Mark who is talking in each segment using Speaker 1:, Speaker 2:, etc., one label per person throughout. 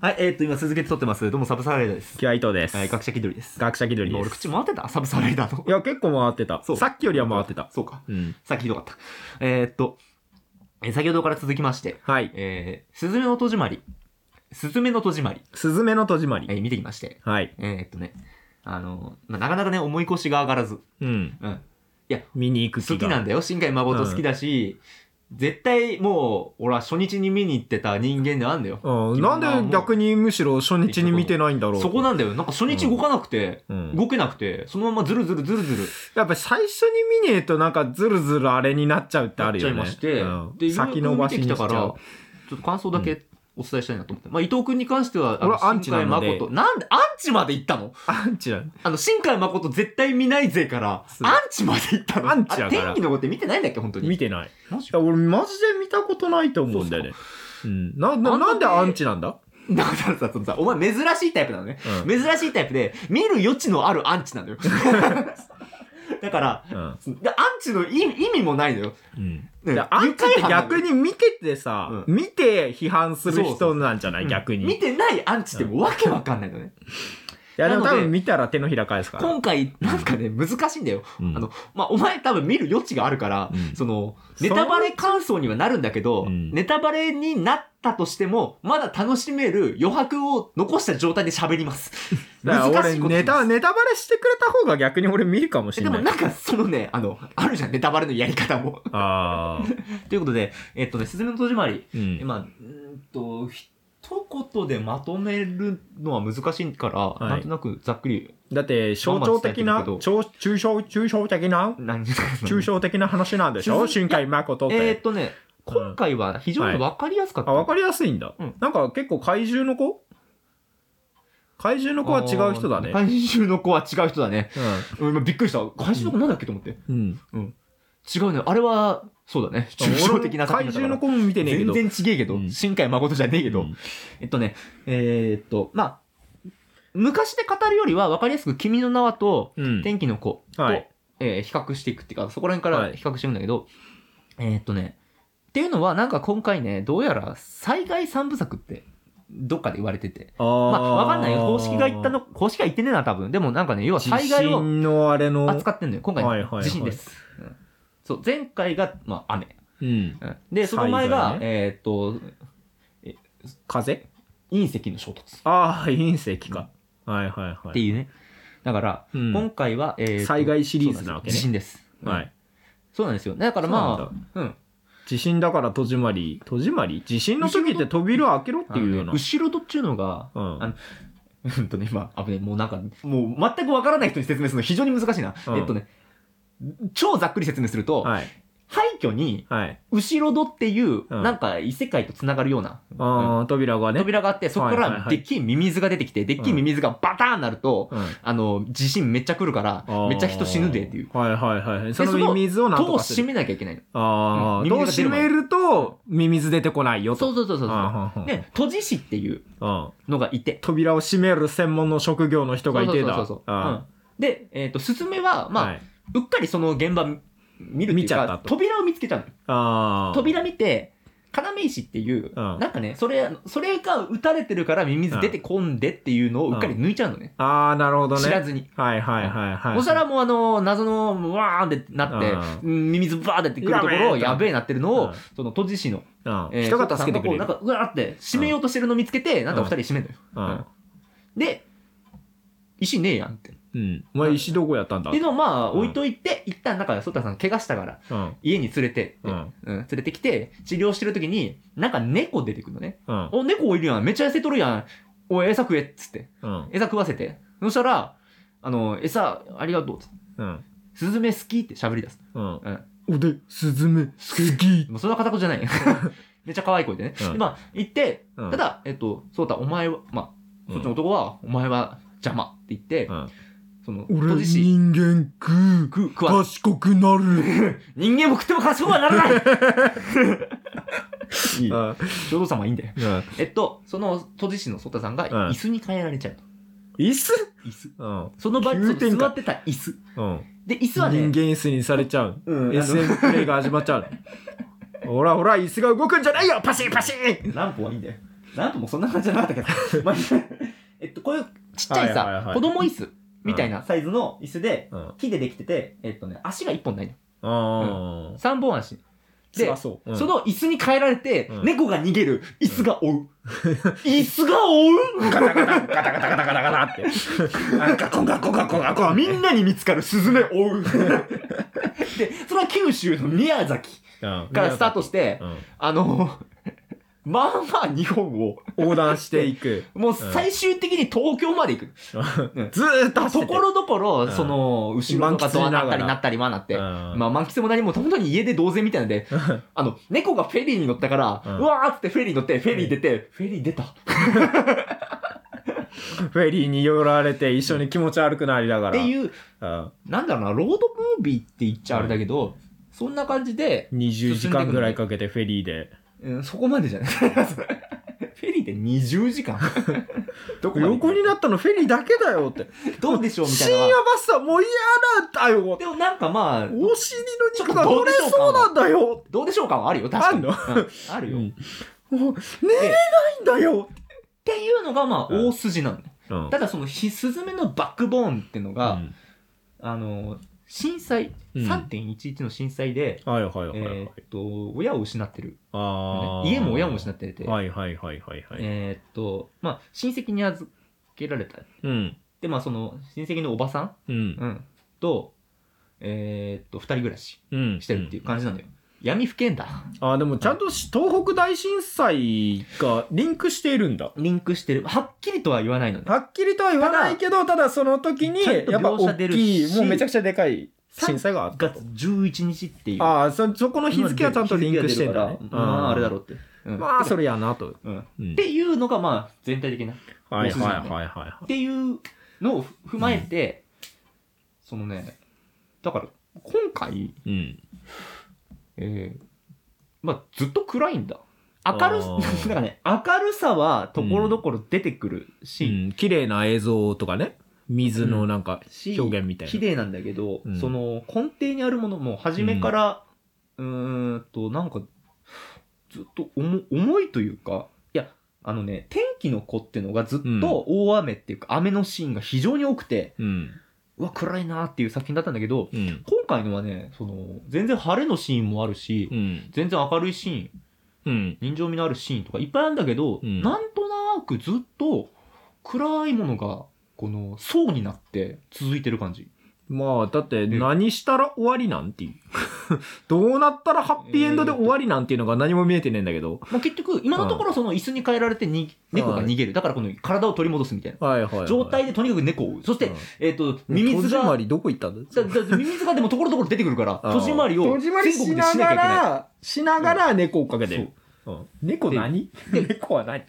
Speaker 1: はい、えー、っと、今続けて撮ってます。どうもサブサライダーです。
Speaker 2: キュア伊藤です。
Speaker 1: はい、学者気取りです。
Speaker 2: 学者気取り
Speaker 1: 今
Speaker 2: で
Speaker 1: 俺
Speaker 2: す。
Speaker 1: 口回ってたサブサライダーの
Speaker 2: い。や、結構回ってた
Speaker 1: そう。
Speaker 2: さっきよりは回ってた。
Speaker 1: そうか。
Speaker 2: うん。
Speaker 1: さっきひどかった。えー、っと、えー先ほどから続きまして、
Speaker 2: はい。
Speaker 1: えー、すずめの戸締まり。すずめの戸締まり。
Speaker 2: すずめの戸締ま
Speaker 1: え
Speaker 2: り。
Speaker 1: ー見てきまして。
Speaker 2: はい。
Speaker 1: えー、っとね、あのー、まあなかなかね、思い越しが上がらず。
Speaker 2: うん。
Speaker 1: うん。
Speaker 2: 見に行く気
Speaker 1: 好
Speaker 2: が
Speaker 1: きなんだよ。新海誠好きだし、絶対もう、俺は初日に見に行ってた人間であんだよ。
Speaker 2: うん。なんで逆にむしろ初日に見てないんだろう。
Speaker 1: そこなんだよ。なんか初日動かなくて、
Speaker 2: うん。
Speaker 1: 動けなくて、そのままずるずるずるずる。
Speaker 2: やっぱ最初に見ねえとなんかズルズルあれになっちゃうってあるよね。
Speaker 1: なっちゃいまして、
Speaker 2: うん
Speaker 1: で
Speaker 2: 先延ばしにしちゃ
Speaker 1: いろいろ見てきたからちょ
Speaker 2: う。
Speaker 1: っと感想だけお伝えしたいなと思って、まあ、伊藤君に関してはあの
Speaker 2: 俺はアンチなので
Speaker 1: 新海誠なんでアンチまで行ったの
Speaker 2: アンチだ。
Speaker 1: あの新海誠絶対見ないぜから
Speaker 2: そう
Speaker 1: アンチまで行ったの
Speaker 2: アンチやから
Speaker 1: あれ天気の子って見てないんだっけ本当に
Speaker 2: 見てない。い
Speaker 1: マジ
Speaker 2: や俺マジで見たことないと思うんだよね。うん。な、な、なんでアンチなんだ
Speaker 1: だからさそのさお前珍しいタイプなのね、
Speaker 2: うん
Speaker 1: 珍しいタイプで見る余地のあるアンチなんだよ だから
Speaker 2: うん。
Speaker 1: でアンチの意味意味もないのよ、
Speaker 2: うん。
Speaker 1: ね
Speaker 2: でアンチって逆
Speaker 1: に
Speaker 2: に見ててさ、
Speaker 1: う
Speaker 2: 見て批判する人なんじゃない逆に。
Speaker 1: 見てないアンチってもうわけわかんないのね
Speaker 2: いやでも
Speaker 1: な
Speaker 2: 多
Speaker 1: ので
Speaker 2: 分見たら手のひら返すから。
Speaker 1: 今回なんかね難しいんだよ
Speaker 2: うん
Speaker 1: あの、まあ、お前多分見る余地があるから、
Speaker 2: うん
Speaker 1: その、ネタバレ感想にはなるんだけど、
Speaker 2: うん
Speaker 1: ネタバレになったとしても、まだ楽しめる余白を残した状態で喋り ます。
Speaker 2: だから
Speaker 1: 難し
Speaker 2: 俺
Speaker 1: いこと
Speaker 2: ネタ、
Speaker 1: ね。
Speaker 2: ネタバレしてくれた方が逆に俺見るかもし
Speaker 1: えで
Speaker 2: れ
Speaker 1: も
Speaker 2: な
Speaker 1: な
Speaker 2: い。
Speaker 1: んか、そのね、あの、あるじゃん、ネタバレのやり方も。
Speaker 2: ああ。
Speaker 1: ということで、えっとね、すずめの戸締まり、
Speaker 2: うん。
Speaker 1: まあ、うーんと、一言でまとめるのは難しいから、
Speaker 2: い
Speaker 1: なんとなくざっくり、
Speaker 2: だって象徴的
Speaker 1: まあ
Speaker 2: な、
Speaker 1: まあ伝えてるけど
Speaker 2: 超抽象、抽象的な、
Speaker 1: 何
Speaker 2: 抽象的な話なんでしょ
Speaker 1: 抽象
Speaker 2: 新海誠っ。
Speaker 1: えーってとね、今回は非常にわかりやすかった。
Speaker 2: あ、わかりやすいんだ
Speaker 1: うん。
Speaker 2: なんか結構怪獣の子怪獣の子は違う人だね。
Speaker 1: 怪獣の子は違う人だね。
Speaker 2: う
Speaker 1: うん、今びっくりした。怪獣の子なんだっけと思って。
Speaker 2: ん。うん。
Speaker 1: 違うね。あれは、そうだね。抽象的な作品だ
Speaker 2: 俺も怪
Speaker 1: から
Speaker 2: 獣の子も見てねえけど。
Speaker 1: 全然違えけど、
Speaker 2: うん
Speaker 1: 新海誠じゃねえけど。
Speaker 2: うん
Speaker 1: えっとね、えーっと、まあ、昔で語るよりは分かりやすく君の名はと
Speaker 2: うん。
Speaker 1: 天気の子と、
Speaker 2: はい
Speaker 1: えー比較していくっていうか、そこら辺か
Speaker 2: は
Speaker 1: ら
Speaker 2: い
Speaker 1: 比較していくんだけど、えーっとね、っていうのはなんか今回ね、どうやら災害三部作って、どっかで言われてて。
Speaker 2: あ
Speaker 1: ま
Speaker 2: ー
Speaker 1: あ、わかんないよ。公式が言ったの、公式が言ってねえな、多分。でもなんかね、要は災害
Speaker 2: 地
Speaker 1: を、
Speaker 2: 震のあれの。
Speaker 1: 扱ってんのよ今回、
Speaker 2: はいはいはい
Speaker 1: 地震です、うんそう前回が、まあ、雨、
Speaker 2: うん。
Speaker 1: うんでその前が、
Speaker 2: 災害ね
Speaker 1: えーっと
Speaker 2: 風
Speaker 1: 隕石の衝突っ
Speaker 2: ああ、隕石か。はいはいは
Speaker 1: て
Speaker 2: い。
Speaker 1: いうねだから、
Speaker 2: うん
Speaker 1: 今回は、えーっと
Speaker 2: 災害シリーズなわけね
Speaker 1: そうなんです地震です、うん
Speaker 2: はい。
Speaker 1: そうなんですよだから
Speaker 2: そうな
Speaker 1: ま
Speaker 2: んだ
Speaker 1: あうん
Speaker 2: 地震だから戸締まり。戸締まり地震の時って扉開けろっていうよう
Speaker 1: あのね
Speaker 2: な。
Speaker 1: 後ろとっちゅうのが
Speaker 2: うん
Speaker 1: あのうんとね今危ねもうなんかもう全くわからない人に説明するの非常に難しいな、
Speaker 2: うん
Speaker 1: えっとね超ざっくり説明すると、
Speaker 2: はい。
Speaker 1: 廃墟に
Speaker 2: はい。
Speaker 1: 後ろ戸っていう、
Speaker 2: うん
Speaker 1: なんか異世界とつながるような、うん
Speaker 2: ああ、扉がね。
Speaker 1: 扉があって、そこか
Speaker 2: はいはい
Speaker 1: ら
Speaker 2: はい
Speaker 1: でっきいミミズが出てきて、でっきいミミズがバターンなると、
Speaker 2: うん
Speaker 1: あの、地震めっちゃ来るから
Speaker 2: あ、ー
Speaker 1: めっちゃ人死ぬでっていう。
Speaker 2: はいはいはい。そ
Speaker 1: その
Speaker 2: のミミズをなん
Speaker 1: 戸
Speaker 2: と
Speaker 1: を
Speaker 2: かす
Speaker 1: 閉
Speaker 2: る。
Speaker 1: めなきゃいけないの。
Speaker 2: あ
Speaker 1: う
Speaker 2: あ、
Speaker 1: ん
Speaker 2: 戸を
Speaker 1: ミミズ
Speaker 2: 閉
Speaker 1: が出る前
Speaker 2: めると、ミミズ出てこないよ
Speaker 1: そ
Speaker 2: と。
Speaker 1: うそうそうそうそ
Speaker 2: あーはんは
Speaker 1: う。
Speaker 2: ん
Speaker 1: で、閉じ師っていう
Speaker 2: うん
Speaker 1: のがいて。
Speaker 2: 扉を閉める専門の職業の人がいて
Speaker 1: そうそ
Speaker 2: だ。
Speaker 1: うそうそう
Speaker 2: あー
Speaker 1: うんで、えっと、すすめは、
Speaker 2: は
Speaker 1: まあ、
Speaker 2: いう
Speaker 1: っかりその現場見るってい
Speaker 2: 見
Speaker 1: う
Speaker 2: ちゃった
Speaker 1: か、
Speaker 2: と
Speaker 1: 扉を見つけちゃうの。
Speaker 2: ああ。
Speaker 1: 扉見て、要石っていう、
Speaker 2: うん
Speaker 1: なんかね、それ、それが撃たれてるからミミズ出てこんでっていうのをうっかり抜いちゃうのね。
Speaker 2: ああ、なるほど
Speaker 1: 知ら
Speaker 2: ね。
Speaker 1: ずに。
Speaker 2: はいはいはいはい。
Speaker 1: お皿もあの、謎の、わーんってなって、うんミミズバーって出てくるところを、や
Speaker 2: やべ
Speaker 1: べえなってるの
Speaker 2: う
Speaker 1: を
Speaker 2: ん、
Speaker 1: その、都知事の、
Speaker 2: うん
Speaker 1: えー
Speaker 2: 人が助けてくれ
Speaker 1: なん
Speaker 2: る。
Speaker 1: か、うわーって、閉めようとしてるの見つけて、なんか二人閉めんのよ。
Speaker 2: うん
Speaker 1: で、石ねえやんって。
Speaker 2: うん。お前石どこやったんだ
Speaker 1: っていうのをまあ、
Speaker 2: うん
Speaker 1: 置いといて、一旦、なんか、ソタさん怪我したから、
Speaker 2: うん。
Speaker 1: 家に連れてって、
Speaker 2: う
Speaker 1: うんん、連れてきて、治療してる時に、なんか猫出てくるのね。
Speaker 2: うん。
Speaker 1: お、猫いるやん。めっちゃ痩せとるやん。おい、餌食えっつって。
Speaker 2: うん。
Speaker 1: 餌食わせて。そしたら、あの、餌、ありがとうっつって。
Speaker 2: うん。
Speaker 1: スズメ好きって喋り出す。
Speaker 2: うん。
Speaker 1: うん。
Speaker 2: おで、スズメ、好き。
Speaker 1: もうそんな片言じゃ ないよ。めっちゃ可愛い声でね。
Speaker 2: うん
Speaker 1: で、まあ、行って、
Speaker 2: うん
Speaker 1: ただ、えっと、そうた、お前は、まあ、そっちの男は、お前は邪魔って言って、
Speaker 2: うん
Speaker 1: その、
Speaker 2: 俺
Speaker 1: 当事者
Speaker 2: 人間食
Speaker 1: 食う、
Speaker 2: う。
Speaker 1: 食わず
Speaker 2: 賢くなる。
Speaker 1: 人間も食っても賢くはな らないいいよ。
Speaker 2: あ
Speaker 1: 浄土様はいいんだよ。
Speaker 2: うん
Speaker 1: えっと、その、当事者のソタさんが、
Speaker 2: うん
Speaker 1: 椅子に変えられちゃうと。
Speaker 2: 椅子
Speaker 1: 椅子。
Speaker 2: うん。
Speaker 1: その場に
Speaker 2: 急
Speaker 1: そ
Speaker 2: 展
Speaker 1: の
Speaker 2: 開
Speaker 1: 座ってた椅子。
Speaker 2: うん。
Speaker 1: で、椅子
Speaker 2: 人
Speaker 1: は
Speaker 2: 間
Speaker 1: ね、
Speaker 2: 椅子にされちゃう。
Speaker 1: うんあの
Speaker 2: SM プレイが始まっちゃう。ほらほら、椅子が動くんじゃないよパシーパシー
Speaker 1: ランプはいいんだよ。何分もそんな感じじゃなかったけど、 まあ、えっと、こういうちっちゃいさ、
Speaker 2: はいはいはい
Speaker 1: 子供椅子みたいなサイズの椅子で、
Speaker 2: うん。
Speaker 1: 木でできてて、えっとね、足が1本ないの。
Speaker 2: ああ。
Speaker 1: 3本足。で
Speaker 2: 辛そう。うん
Speaker 1: そ、の椅子に変えられて、
Speaker 2: うん
Speaker 1: 猫が逃げる、椅子が追う。椅子が追う
Speaker 2: ガタガタ、ガタガタガタガタガタって。あガコンガコンガコンガコン。
Speaker 1: みんなに見つかるスズメ追 う。で、それは九州の宮崎
Speaker 2: うん
Speaker 1: からスタートして、
Speaker 2: うん
Speaker 1: あの、 まあまあ日本を、
Speaker 2: 横断していく。
Speaker 1: もう最終的に東京まで行く。
Speaker 2: ずーっと走っ
Speaker 1: と
Speaker 2: て
Speaker 1: こ
Speaker 2: て。
Speaker 1: ろどころ、
Speaker 2: ん
Speaker 1: その、後ろとか
Speaker 2: 満喫しな
Speaker 1: ドアな
Speaker 2: がら
Speaker 1: ったりなったりまあなって。
Speaker 2: うん
Speaker 1: まあ満喫も何も本当に家で同然みたいなんで、あの、猫がフェリーに乗ったから、う
Speaker 2: うん
Speaker 1: わーっつってフェリーに乗って、フェリー出て、フェリー出た。
Speaker 2: フェリーに寄られて一緒に気持ち悪くなりなが
Speaker 1: っ
Speaker 2: ら。
Speaker 1: ていう、
Speaker 2: うん。
Speaker 1: なんだろうな、ロードムービーって言っちゃあれだけど、そんな感じで、
Speaker 2: 20時間ぐらいかけてフェリーで。
Speaker 1: うん、そこまでじゃない。フ ェリーで20時間 どこまで
Speaker 2: 横になったのフェリーだけだよって。
Speaker 1: どうでしょうみたい
Speaker 2: 深
Speaker 1: なの
Speaker 2: 夜
Speaker 1: は。
Speaker 2: バスはもう嫌だよ
Speaker 1: でもなんかまあ、
Speaker 2: お尻の肉が取れそうなんだよ
Speaker 1: どうでしょう感はあるよ、確かに。う
Speaker 2: あ
Speaker 1: んあるよ。っ
Speaker 2: うんもう寝れないんだよ
Speaker 1: ていうのがまあ、
Speaker 2: うん
Speaker 1: 大筋なんだよ。
Speaker 2: うん
Speaker 1: ただそのひスズメのバックボーンっていうのが、あの震災、
Speaker 2: うん
Speaker 1: 3.11の震災で、
Speaker 2: はいはいはいはい
Speaker 1: え。ーっと親を失ってる、
Speaker 2: あー
Speaker 1: 家も親も失ってて、
Speaker 2: はいはいはいはいはい。
Speaker 1: えーっとまあ、親戚に預けられた
Speaker 2: うん。
Speaker 1: で、まあ、その親戚のおばさん、
Speaker 2: うん。
Speaker 1: うんと,、えーっと2人暮らし
Speaker 2: うん。
Speaker 1: してるっていう感じなんだよ、闇不見だ
Speaker 2: あーでもちゃんとし東北大震災がリンクしているんだ。
Speaker 1: リンクしてるはっきりとは言わないのね
Speaker 2: はっきりとは言わないけど、ただその時に、
Speaker 1: ちゃんと
Speaker 2: やっぱ
Speaker 1: 描写
Speaker 2: 大
Speaker 1: 出るし
Speaker 2: きい、もうめちゃくちゃでかい震災があっ
Speaker 1: 3
Speaker 2: た
Speaker 1: 月
Speaker 2: と。
Speaker 1: 11日っていう
Speaker 2: ああ、そ、そこの日付はちゃんとリンクしてんだ、ね
Speaker 1: 日。付が出るからまああれだろうって、う
Speaker 2: うんん。まあ、それやなと。
Speaker 1: うん、っ
Speaker 2: うん
Speaker 1: ていうのがまあ全体的な
Speaker 2: はいはいはいは
Speaker 1: っていうのを踏まえて、そのね、だから今回、
Speaker 2: い。うん。
Speaker 1: えーまあずっと暗いんだ。明る
Speaker 2: あ ー
Speaker 1: さ、なんかね、明るさはところどころ出てくる
Speaker 2: う
Speaker 1: し、
Speaker 2: ん、綺麗な映像とかね。水のなんか
Speaker 1: し
Speaker 2: 表現みたい
Speaker 1: 綺
Speaker 2: な。
Speaker 1: 麗なんだけど、
Speaker 2: うん
Speaker 1: その根底にあるものも初めから、うーんと、なんか、ずっと重重いというか、いや、あのね、天気の子っていうのがずっと大雨っていうか、雨のシーンが非常に多くて、
Speaker 2: うん。
Speaker 1: うわ、暗いなーっていう作品だったんだけど、
Speaker 2: うん。
Speaker 1: 今回のはねその全然晴れのシーンもあるし、
Speaker 2: うん。
Speaker 1: 全然明るいシーン
Speaker 2: うん。
Speaker 1: 人情味のあるシーンとかいっぱいあるんだけど、
Speaker 2: うん
Speaker 1: なんとなくずっと暗いものがこの層になって続いてる感じ
Speaker 2: まあ、だって、何したら終わりなんていう。 どうなったらハッピーエンドで終わりなんていうのが何も見えてねえんだけど。
Speaker 1: まあ、結局今のところその椅子に変えられてに猫が逃げるだからこの体を取り戻すみたいな
Speaker 2: はいはいはい。
Speaker 1: 状態でとにかく猫を追うそして、
Speaker 2: うん
Speaker 1: えっ、とミ
Speaker 2: ミ
Speaker 1: ミ
Speaker 2: ミ
Speaker 1: ズ
Speaker 2: ズが。戸締ま
Speaker 1: が
Speaker 2: りどこ行ったん
Speaker 1: だ
Speaker 2: だ
Speaker 1: だミミズがでもところどころ出てくるから
Speaker 2: あー
Speaker 1: 戸締まりを
Speaker 2: 戸締まり
Speaker 1: 全
Speaker 2: し
Speaker 1: 国で
Speaker 2: な
Speaker 1: しなきゃ
Speaker 2: が
Speaker 1: いけない
Speaker 2: ら、しながら猫を追っかけてる。うん猫
Speaker 1: で
Speaker 2: 何 猫は何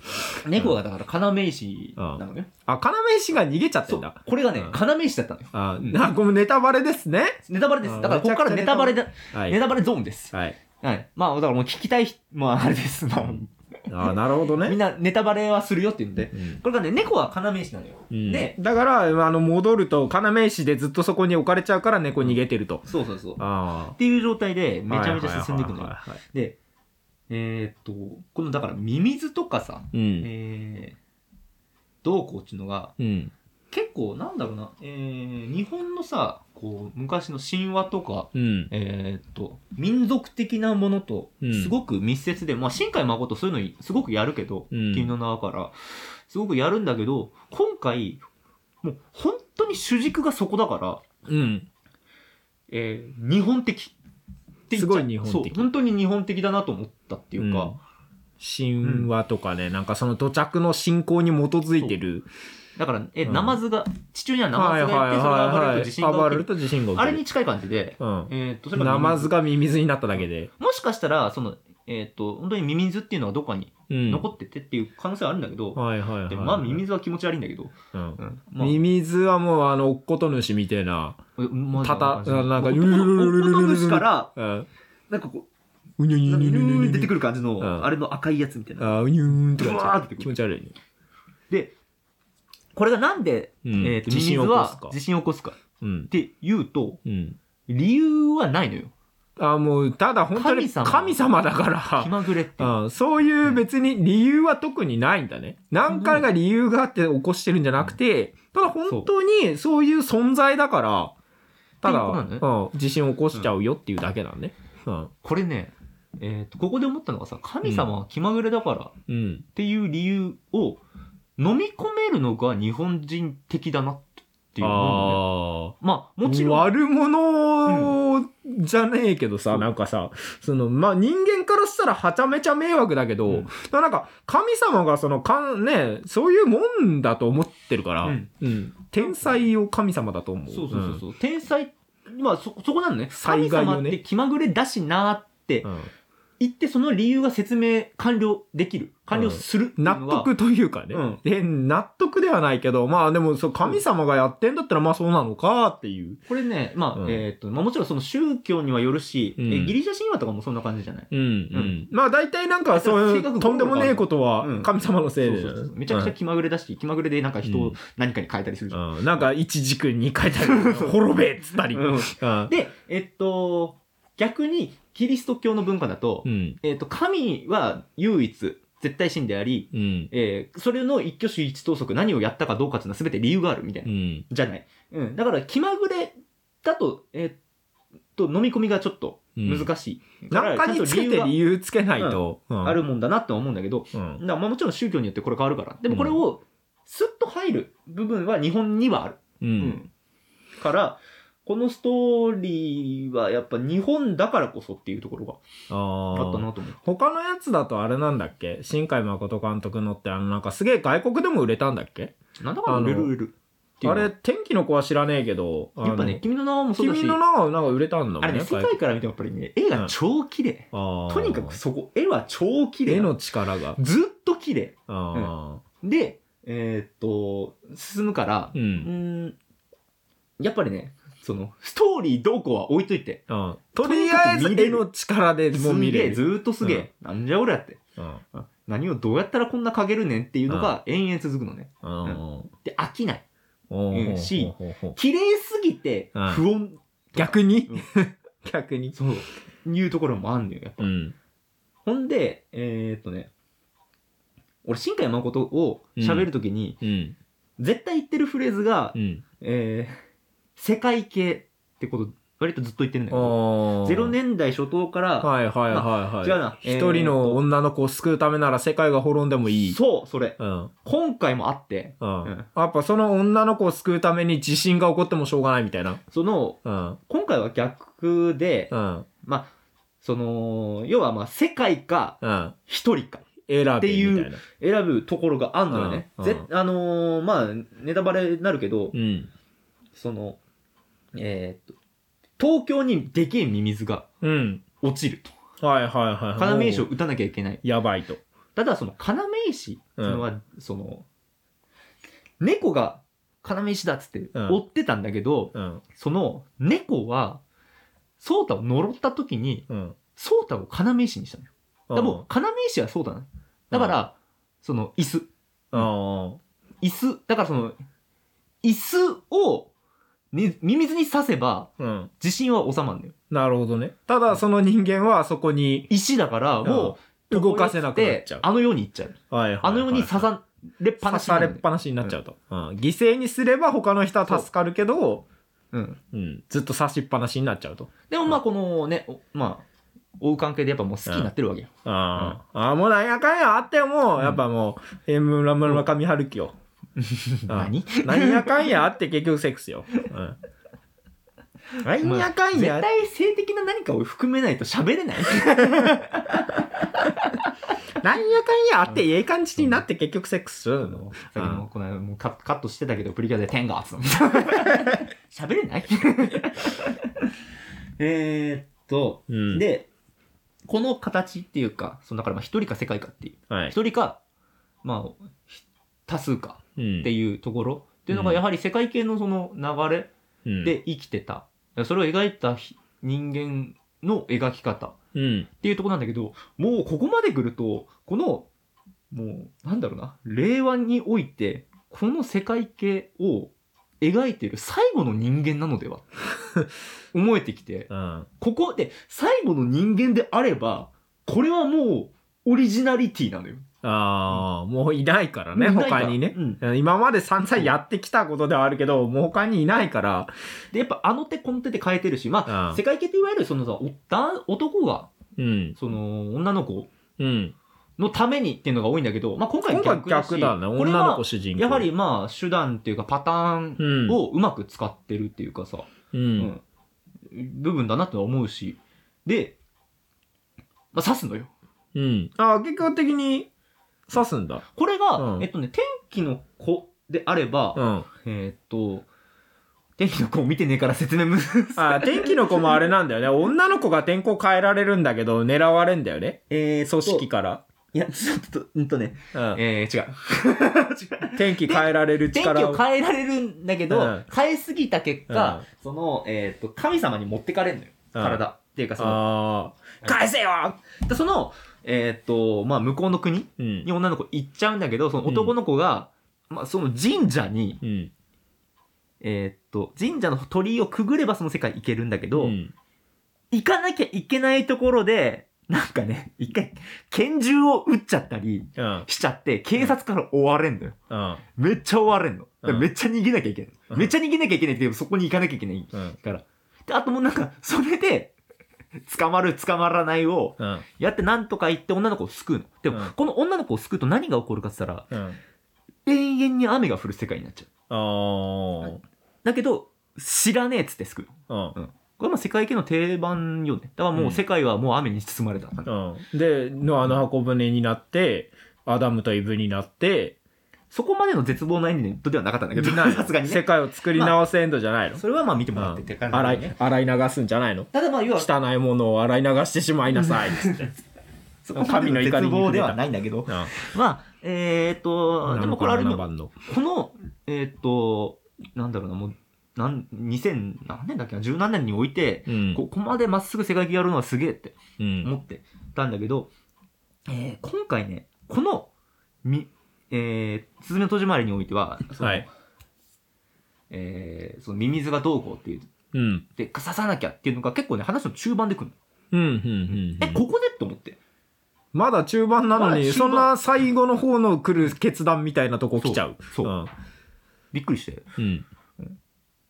Speaker 1: 猫がだから要石なのね、
Speaker 2: あ、要石が逃げちゃって
Speaker 1: そ
Speaker 2: ん
Speaker 1: う
Speaker 2: だ。
Speaker 1: これがね
Speaker 2: うん
Speaker 1: 要石だったのよ
Speaker 2: あ
Speaker 1: うん、
Speaker 2: あこれネタバレですね。
Speaker 1: ネタバレです。
Speaker 2: あー
Speaker 1: だから、ここから
Speaker 2: め
Speaker 1: ネ
Speaker 2: ち
Speaker 1: タ
Speaker 2: ゃくちゃ
Speaker 1: バレだ、
Speaker 2: はい
Speaker 1: ネ。タバレゾーンです。
Speaker 2: はい。
Speaker 1: はい。まあ、だからもう聞きたい人、まあ、あれです。ま
Speaker 2: ああ、なるほど
Speaker 1: あ、みん
Speaker 2: ね。
Speaker 1: なネタバレはするよって言うんで。
Speaker 2: うん
Speaker 1: これがね、猫は要石なのよ。
Speaker 2: うん
Speaker 1: で、
Speaker 2: だから、あの、戻ると、要石でずっとそこに置かれちゃうから猫逃げてると。
Speaker 1: そうそうそう。っ
Speaker 2: あ
Speaker 1: ていう状態で、
Speaker 2: あ。
Speaker 1: めちゃめちゃ進んでいくの
Speaker 2: はい
Speaker 1: よ。
Speaker 2: はいはいはい
Speaker 1: で、えーっと、この、だから、ミミズとかさ、
Speaker 2: うん。
Speaker 1: えー、どうこうっていうのが、
Speaker 2: うん。
Speaker 1: 結構、なんだろうな、えー、日本のさ、こう、昔の神話とか、
Speaker 2: うん。
Speaker 1: えーっと民族的なものと
Speaker 2: うん
Speaker 1: すごく密接で、まあ、新海誠そういうのすごくやるけど「
Speaker 2: うん
Speaker 1: 君の名は」からすごくやるんだけど今回もう本当に主軸がそこだから、
Speaker 2: うん。
Speaker 1: えー日本的って言っちゃう
Speaker 2: すごい日本的
Speaker 1: そう本当に日本的だなと思ったっていうか、
Speaker 2: 神話とかね、なんかその土着の信仰に基づいてる。
Speaker 1: だから、え
Speaker 2: うん
Speaker 1: ナマズが地中にはナマズがいてそれが暴れると地震が
Speaker 2: 暴
Speaker 1: 起き
Speaker 2: れる
Speaker 1: る
Speaker 2: と地震が起きる。
Speaker 1: あれに近い感じで、
Speaker 2: うん。
Speaker 1: えーっとそれがミ
Speaker 2: ナ
Speaker 1: ミ
Speaker 2: マ
Speaker 1: ズ
Speaker 2: ズがミミズになっただけで。
Speaker 1: もしかしたらその、えーっと本当にミミズっていうのはどこかに
Speaker 2: うん。
Speaker 1: 残っててっていう可能性はあるんだけど、
Speaker 2: はいはいはい。
Speaker 1: でまあミミズは気持ち悪いんだけど、
Speaker 2: うん。
Speaker 1: うんまあ
Speaker 2: ミミズはもう、あの、おっこと主みたいな。
Speaker 1: えまあ
Speaker 2: たた、なんか、
Speaker 1: おっ
Speaker 2: うるるるるるるるる
Speaker 1: 虫から、
Speaker 2: うん。
Speaker 1: なんかこ
Speaker 2: うにゅ
Speaker 1: う、
Speaker 2: にゅ
Speaker 1: なんか
Speaker 2: にゅ
Speaker 1: ル
Speaker 2: にゅにゅにゅに
Speaker 1: ー
Speaker 2: ゅ
Speaker 1: ン出てくる感じの、
Speaker 2: うん
Speaker 1: あれの赤いやつみたいな。
Speaker 2: あーうにゅーんとか
Speaker 1: うわーって
Speaker 2: 気持ち悪いね。
Speaker 1: で、これがなんで、
Speaker 2: うん
Speaker 1: えーと、
Speaker 2: 地震
Speaker 1: ミミズは
Speaker 2: を起こすか
Speaker 1: 地震を起こすかっ
Speaker 2: うん。
Speaker 1: ていうと、
Speaker 2: うん。
Speaker 1: 理由はないのよ。
Speaker 2: あもう、ただ本当
Speaker 1: 神
Speaker 2: に
Speaker 1: 様
Speaker 2: 神様だか
Speaker 1: 気
Speaker 2: ら、
Speaker 1: まぐれって。
Speaker 2: うん、そういう別に理由は特にないんだね。何回か理由があって起こしてるんじゃなくて、ただ本当にそういう存在だから、ただ、
Speaker 1: っていうこ
Speaker 2: うん、地震起こしちゃうよっていうだけなんね。うん。
Speaker 1: これね、えっと、ここで思ったのがさ、神様は気まぐれだからっ
Speaker 2: うん。
Speaker 1: ていう理由を飲み込めるのが日本人的だなっていう思うのね。
Speaker 2: ああ。
Speaker 1: まあ、もちろん、
Speaker 2: 悪者じゃねえけどさ、
Speaker 1: そう
Speaker 2: なんかさ、その、まあ、人間からしたらはちゃめちゃ迷惑だけど、
Speaker 1: うん
Speaker 2: だからなんか、神様がその、かん、ね、そういうもんだと思ってるから、
Speaker 1: うん
Speaker 2: うん天才を神様だと思う。
Speaker 1: そうそうそうそう、天才、まあそ、そこなのね。
Speaker 2: 災
Speaker 1: 神
Speaker 2: 害を
Speaker 1: 様
Speaker 2: ね
Speaker 1: って気まぐれだしなーって
Speaker 2: うん。うん
Speaker 1: 言って、その理由が説明完了できる。完了するっていうのは、
Speaker 2: 納得というかね、
Speaker 1: うん
Speaker 2: で、納得ではないけど、まあでも、そう、神様がやってんだったら、まあそうなのかっていう。
Speaker 1: これね、まあ、
Speaker 2: うん
Speaker 1: えっ、と、まあもちろんその宗教にはよるし、
Speaker 2: うん
Speaker 1: えギリシャ神話とかもそんな感じじゃない
Speaker 2: うん、うん。まあ大体なんか、そうい
Speaker 1: だから性
Speaker 2: う、
Speaker 1: 格
Speaker 2: とんでもねえことは
Speaker 1: う、ん
Speaker 2: 神様の
Speaker 1: そ
Speaker 2: せいうで
Speaker 1: そうそう。めちゃくちゃ気まぐれだし、気まぐれでなんか人
Speaker 2: う
Speaker 1: を
Speaker 2: ん
Speaker 1: 何かに変えたりするじゃん。
Speaker 2: うん、なんか一軸に書いてあ る滅べっつったり。うん。
Speaker 1: うんで、えっと、逆にキリスト教の文化だと、
Speaker 2: うん。
Speaker 1: えっと、神は唯一、絶対神であり、
Speaker 2: うん。
Speaker 1: えーそれの一挙手一投足、何をやったかどうかっていうのは全て理由があるみたいな。
Speaker 2: うん。
Speaker 1: じゃない。うん。だから、気まぐれだと、えーっと、飲み込みがちょっと難しい。だ
Speaker 2: なん
Speaker 1: ら
Speaker 2: かにつ
Speaker 1: ちゃん
Speaker 2: け
Speaker 1: と
Speaker 2: て
Speaker 1: 理
Speaker 2: 理由つけないと。
Speaker 1: 由
Speaker 2: うん
Speaker 1: があ。るもんだなって思うんだけど、
Speaker 2: うん。
Speaker 1: だからまあもちろん宗教によってこれ変わるから。でもこれを、スッと入る部分は日本にはある。
Speaker 2: う。
Speaker 1: うんから、このストーリーはやっぱ日本だからこそっていうところが
Speaker 2: あ
Speaker 1: あった
Speaker 2: あ。
Speaker 1: なと思う。
Speaker 2: 他のやつだとあれなんだっけ新海誠監督のってあのなんかすげえ外国でも売れたんだっけ
Speaker 1: なんだか
Speaker 2: あ
Speaker 1: ん
Speaker 2: の
Speaker 1: だ売れる売れるっていう
Speaker 2: あ
Speaker 1: のは。
Speaker 2: れ、天気の子は知らねえけど、あの
Speaker 1: やっぱね、君の名はもそうだし、
Speaker 2: 君の名はなんか売れたんだもん
Speaker 1: あれね、
Speaker 2: ね。
Speaker 1: 世
Speaker 2: 外
Speaker 1: 界から見てもやっぱりね、絵が超綺麗。
Speaker 2: ああ。
Speaker 1: とにかくそこ、絵は超綺麗
Speaker 2: 絵
Speaker 1: なの。
Speaker 2: の力が。
Speaker 1: ずっと綺麗。
Speaker 2: あ
Speaker 1: で、えーっと、進むから
Speaker 2: あ。う、。
Speaker 1: うんーん、やっぱりね、その、ストーリーどうこうは置いといて、
Speaker 2: うん。とりあえず
Speaker 1: とにかく見れ
Speaker 2: 絵
Speaker 1: る
Speaker 2: の力でも
Speaker 1: す
Speaker 2: う見
Speaker 1: げ
Speaker 2: れ
Speaker 1: え、ず
Speaker 2: る。
Speaker 1: ーっとすげえ、なんじゃ俺やって。
Speaker 2: うん。
Speaker 1: うん何をどうやったらこんな描けるねんっていうのが延々続くのね。
Speaker 2: うん。
Speaker 1: で、飽きない。
Speaker 2: うん
Speaker 1: し、綺麗すぎて
Speaker 2: うん
Speaker 1: 不穏、
Speaker 2: 逆に、
Speaker 1: うん
Speaker 2: 逆に。
Speaker 1: そう、いうところもあんのよ、やっぱ。
Speaker 2: ん。
Speaker 1: ほんで、えーっとね、俺、新海誠を喋るときに、
Speaker 2: うん。
Speaker 1: 絶対言ってるフレーズが、
Speaker 2: うん。
Speaker 1: えー世界系ってこと、割とずっと言ってるんだけど、
Speaker 2: あ
Speaker 1: 0年代初頭から、
Speaker 2: はいはいはいはい。
Speaker 1: 違うな。えー
Speaker 2: 一人の女の子を救うためなら世界が滅んでもいい。
Speaker 1: そう、それ。
Speaker 2: うん。
Speaker 1: 今回もあって、
Speaker 2: うん。
Speaker 1: うん
Speaker 2: やっぱその女の子を救うために地震が起こってもしょうがないみたいな。
Speaker 1: その、
Speaker 2: うん。
Speaker 1: 今回は逆で
Speaker 2: う、ん。
Speaker 1: まあ、その、要はまあ、世界か
Speaker 2: うん。
Speaker 1: 一人か
Speaker 2: 選べみた
Speaker 1: ってい
Speaker 2: いな。
Speaker 1: 選ぶところがあんのよね。
Speaker 2: うん
Speaker 1: ぜ
Speaker 2: う
Speaker 1: あのーまあ、ネタバレになるけど
Speaker 2: う、ん。
Speaker 1: その、えーっと、東京にでけえミミズが
Speaker 2: うん。
Speaker 1: 落ちると。
Speaker 2: はいはいはいはい。
Speaker 1: 要石を打たなきゃいけない。
Speaker 2: やばいと。
Speaker 1: ただその要石っていうのは、その猫が要石だっつって
Speaker 2: うん
Speaker 1: 追ってたんだけど、
Speaker 2: うん。
Speaker 1: その猫はソータを呪った時に
Speaker 2: うん。
Speaker 1: ソータを要石にしたのよだからも
Speaker 2: う
Speaker 1: う要石はソータなのだから、その椅子
Speaker 2: あ
Speaker 1: 椅子だからその椅子をにミミズに刺せば
Speaker 2: あ。うん。
Speaker 1: 地震は収まるのよ
Speaker 2: なるほどね。ただその人間はそこに
Speaker 1: 石だからもう、
Speaker 2: 動かせなくなっちゃう。
Speaker 1: あの世に行っちゃう
Speaker 2: はいはいはい
Speaker 1: あの世に刺されっぱなしにな
Speaker 2: 刺さ
Speaker 1: る
Speaker 2: れっ
Speaker 1: のよ
Speaker 2: ぱなしになっちゃうと、うん犠牲にすれば他の人は助かるけど、
Speaker 1: うん
Speaker 2: うん、ずっと刺しっぱなしになっちゃうと
Speaker 1: でもまあこのね、おまあ、追う関係でやっぱもう好きになってるわけよ。
Speaker 2: あー、あーもうなんやかんやあっても、
Speaker 1: うん
Speaker 2: やっぱもうえー村村上春樹よ、うん
Speaker 1: 何
Speaker 2: なんやかんやあって結局セックスよ、うん、なんやかん
Speaker 1: 絶
Speaker 2: や、
Speaker 1: 対性的な何かを含めないと喋れない。
Speaker 2: なんやかんやあってええ感じになって結局セックスするの、
Speaker 1: 先もこの間もうカカットしてたけど、プリキュアで天が 集ま喋れないえーっと、
Speaker 2: うん、
Speaker 1: で、この形っていうか、そのだからまあ一人か世界かっていう。
Speaker 2: はい、
Speaker 1: 一人か、まあ、ひ多数か
Speaker 2: うん
Speaker 1: っていうところ。っていうのが
Speaker 2: うん
Speaker 1: やはり世界系のその流れ
Speaker 2: うん
Speaker 1: で生きてた。それを描いたひ人間の描き方っ
Speaker 2: うん、
Speaker 1: ていうところなんだけど、もうここまで来ると、この、もう、なんだろうな、令和において、この世界系を描いてる最後の人間なので は思えてきて、
Speaker 2: うん。
Speaker 1: ここで最後の人間であれば、これはもうオリジナリティなのよ。
Speaker 2: ああ、もういないからね、
Speaker 1: いないから
Speaker 2: 他にね。
Speaker 1: うん
Speaker 2: 今まで散々やってきたことではあるけど、もう他にいないから。
Speaker 1: で、やっぱあの手この手で変えてるし、まあ、
Speaker 2: あ
Speaker 1: 世界系っていわゆるそのさ、おだ男が、
Speaker 2: うん。
Speaker 1: その、女の子
Speaker 2: うん。
Speaker 1: のためにっていうのが多いんだけど、まあ今回
Speaker 2: 今
Speaker 1: は逆
Speaker 2: 回
Speaker 1: だし
Speaker 2: 逆だね。
Speaker 1: これ
Speaker 2: 女の
Speaker 1: は
Speaker 2: 子、主人公。
Speaker 1: やはりまあ手段っていうかパターン
Speaker 2: うん、
Speaker 1: をうまく使ってるっていうかさ、
Speaker 2: うん。
Speaker 1: うん部分だなとは思うし、で、まあ刺すのよ。
Speaker 2: うん。ああ、結果的に刺すんだ。
Speaker 1: これが、
Speaker 2: うん
Speaker 1: えっとね、天気の子であれば、
Speaker 2: うん。
Speaker 1: えーっと、天気の子を見てねえから説明むず
Speaker 2: ああ、天気の子もあれなんだよね。女の子が天候変えられるんだけど、狙われんだよね。
Speaker 1: え
Speaker 2: 組織から。
Speaker 1: いや、ちょっと、うんとね、
Speaker 2: うん。
Speaker 1: えー、違う。違う。
Speaker 2: 天気変えられる
Speaker 1: 天気
Speaker 2: 力
Speaker 1: を変えられるんだけど、
Speaker 2: うん
Speaker 1: 変えすぎた結果、
Speaker 2: うん
Speaker 1: その、えーっと、神様に持ってかれんのよ。
Speaker 2: うん
Speaker 1: 体。っていうか、その、
Speaker 2: ああ、返せよ
Speaker 1: でその、えーっと、まあ、向こうの国
Speaker 2: うん
Speaker 1: に。女の子行っちゃうんだけど、その男の子が、まあ、その神社に、
Speaker 2: うん。
Speaker 1: えーっと、神社の鳥居をくぐればその世界行けるんだけど、
Speaker 2: うん
Speaker 1: 行かなきゃいけないところで、なんかね、一回、拳銃を撃っちゃったり
Speaker 2: うん。
Speaker 1: しちゃって、警察から追われんのよ。
Speaker 2: うん。
Speaker 1: めっちゃ追われんの。だから
Speaker 2: うん
Speaker 1: めっちゃ逃げなきゃいけない。
Speaker 2: うん
Speaker 1: めっちゃ逃げなきゃいけないけど、そこに行かなきゃいけない
Speaker 2: うん。
Speaker 1: から。で、あともうなんか、 それで、捕まる、捕まらないを
Speaker 2: うん。
Speaker 1: やってなんとか言って女の子を救うの。でも、
Speaker 2: うん
Speaker 1: この女の子を救うと何が起こるかって言ったら、
Speaker 2: うん。
Speaker 1: 永遠に雨が降る世界になっちゃう。
Speaker 2: あ
Speaker 1: だけど、知らねえっつって救うの。
Speaker 2: あ。
Speaker 1: これも世界系の定番よね。だからもう世界はもう雨に包まれた。
Speaker 2: うん。うん。で、ノアの箱舟になって、アダムとイブになって、
Speaker 1: そこまでの絶望のエンディングではなかったんだけど、
Speaker 2: ない
Speaker 1: さすがに
Speaker 2: 世
Speaker 1: ね。
Speaker 2: 界を作り直すエンドじゃないの、
Speaker 1: それはまあ見てもらっ
Speaker 2: う
Speaker 1: てって
Speaker 2: ん
Speaker 1: 感じだ
Speaker 2: 洗
Speaker 1: よ
Speaker 2: い
Speaker 1: ね。
Speaker 2: 洗い流すんじゃないの
Speaker 1: ただまあ要は、
Speaker 2: 汚いものを洗い流してしまいなさいっつって
Speaker 1: そこまでの絶望ではないんだけど。まあ、えーっ
Speaker 2: う
Speaker 1: と、
Speaker 2: ん
Speaker 1: でもこれある
Speaker 2: 7
Speaker 1: の、
Speaker 2: 番の
Speaker 1: この、えーっと、なんだろうな、もう、なん、2000、何年だっけな、17年において、
Speaker 2: うん
Speaker 1: ここまでまっすぐ世界系やるのはすげえって
Speaker 2: うん
Speaker 1: 思ってたんだけど、えー今回ね、この、み、えー、すずめの戸締まりにおいては、その
Speaker 2: はい
Speaker 1: えーそのミミズがどうこうっていう、
Speaker 2: うん
Speaker 1: で、刺さなきゃっていうのが結構ね、話の中盤でくる
Speaker 2: うんうんうん
Speaker 1: の。え、ここでって思って。
Speaker 2: まだ中盤なの
Speaker 1: まだ
Speaker 2: に、
Speaker 1: 中盤
Speaker 2: そんな最後の方の来る決断みたいなとこ来ちゃう。
Speaker 1: そうそうびっくりして。
Speaker 2: うん。うん。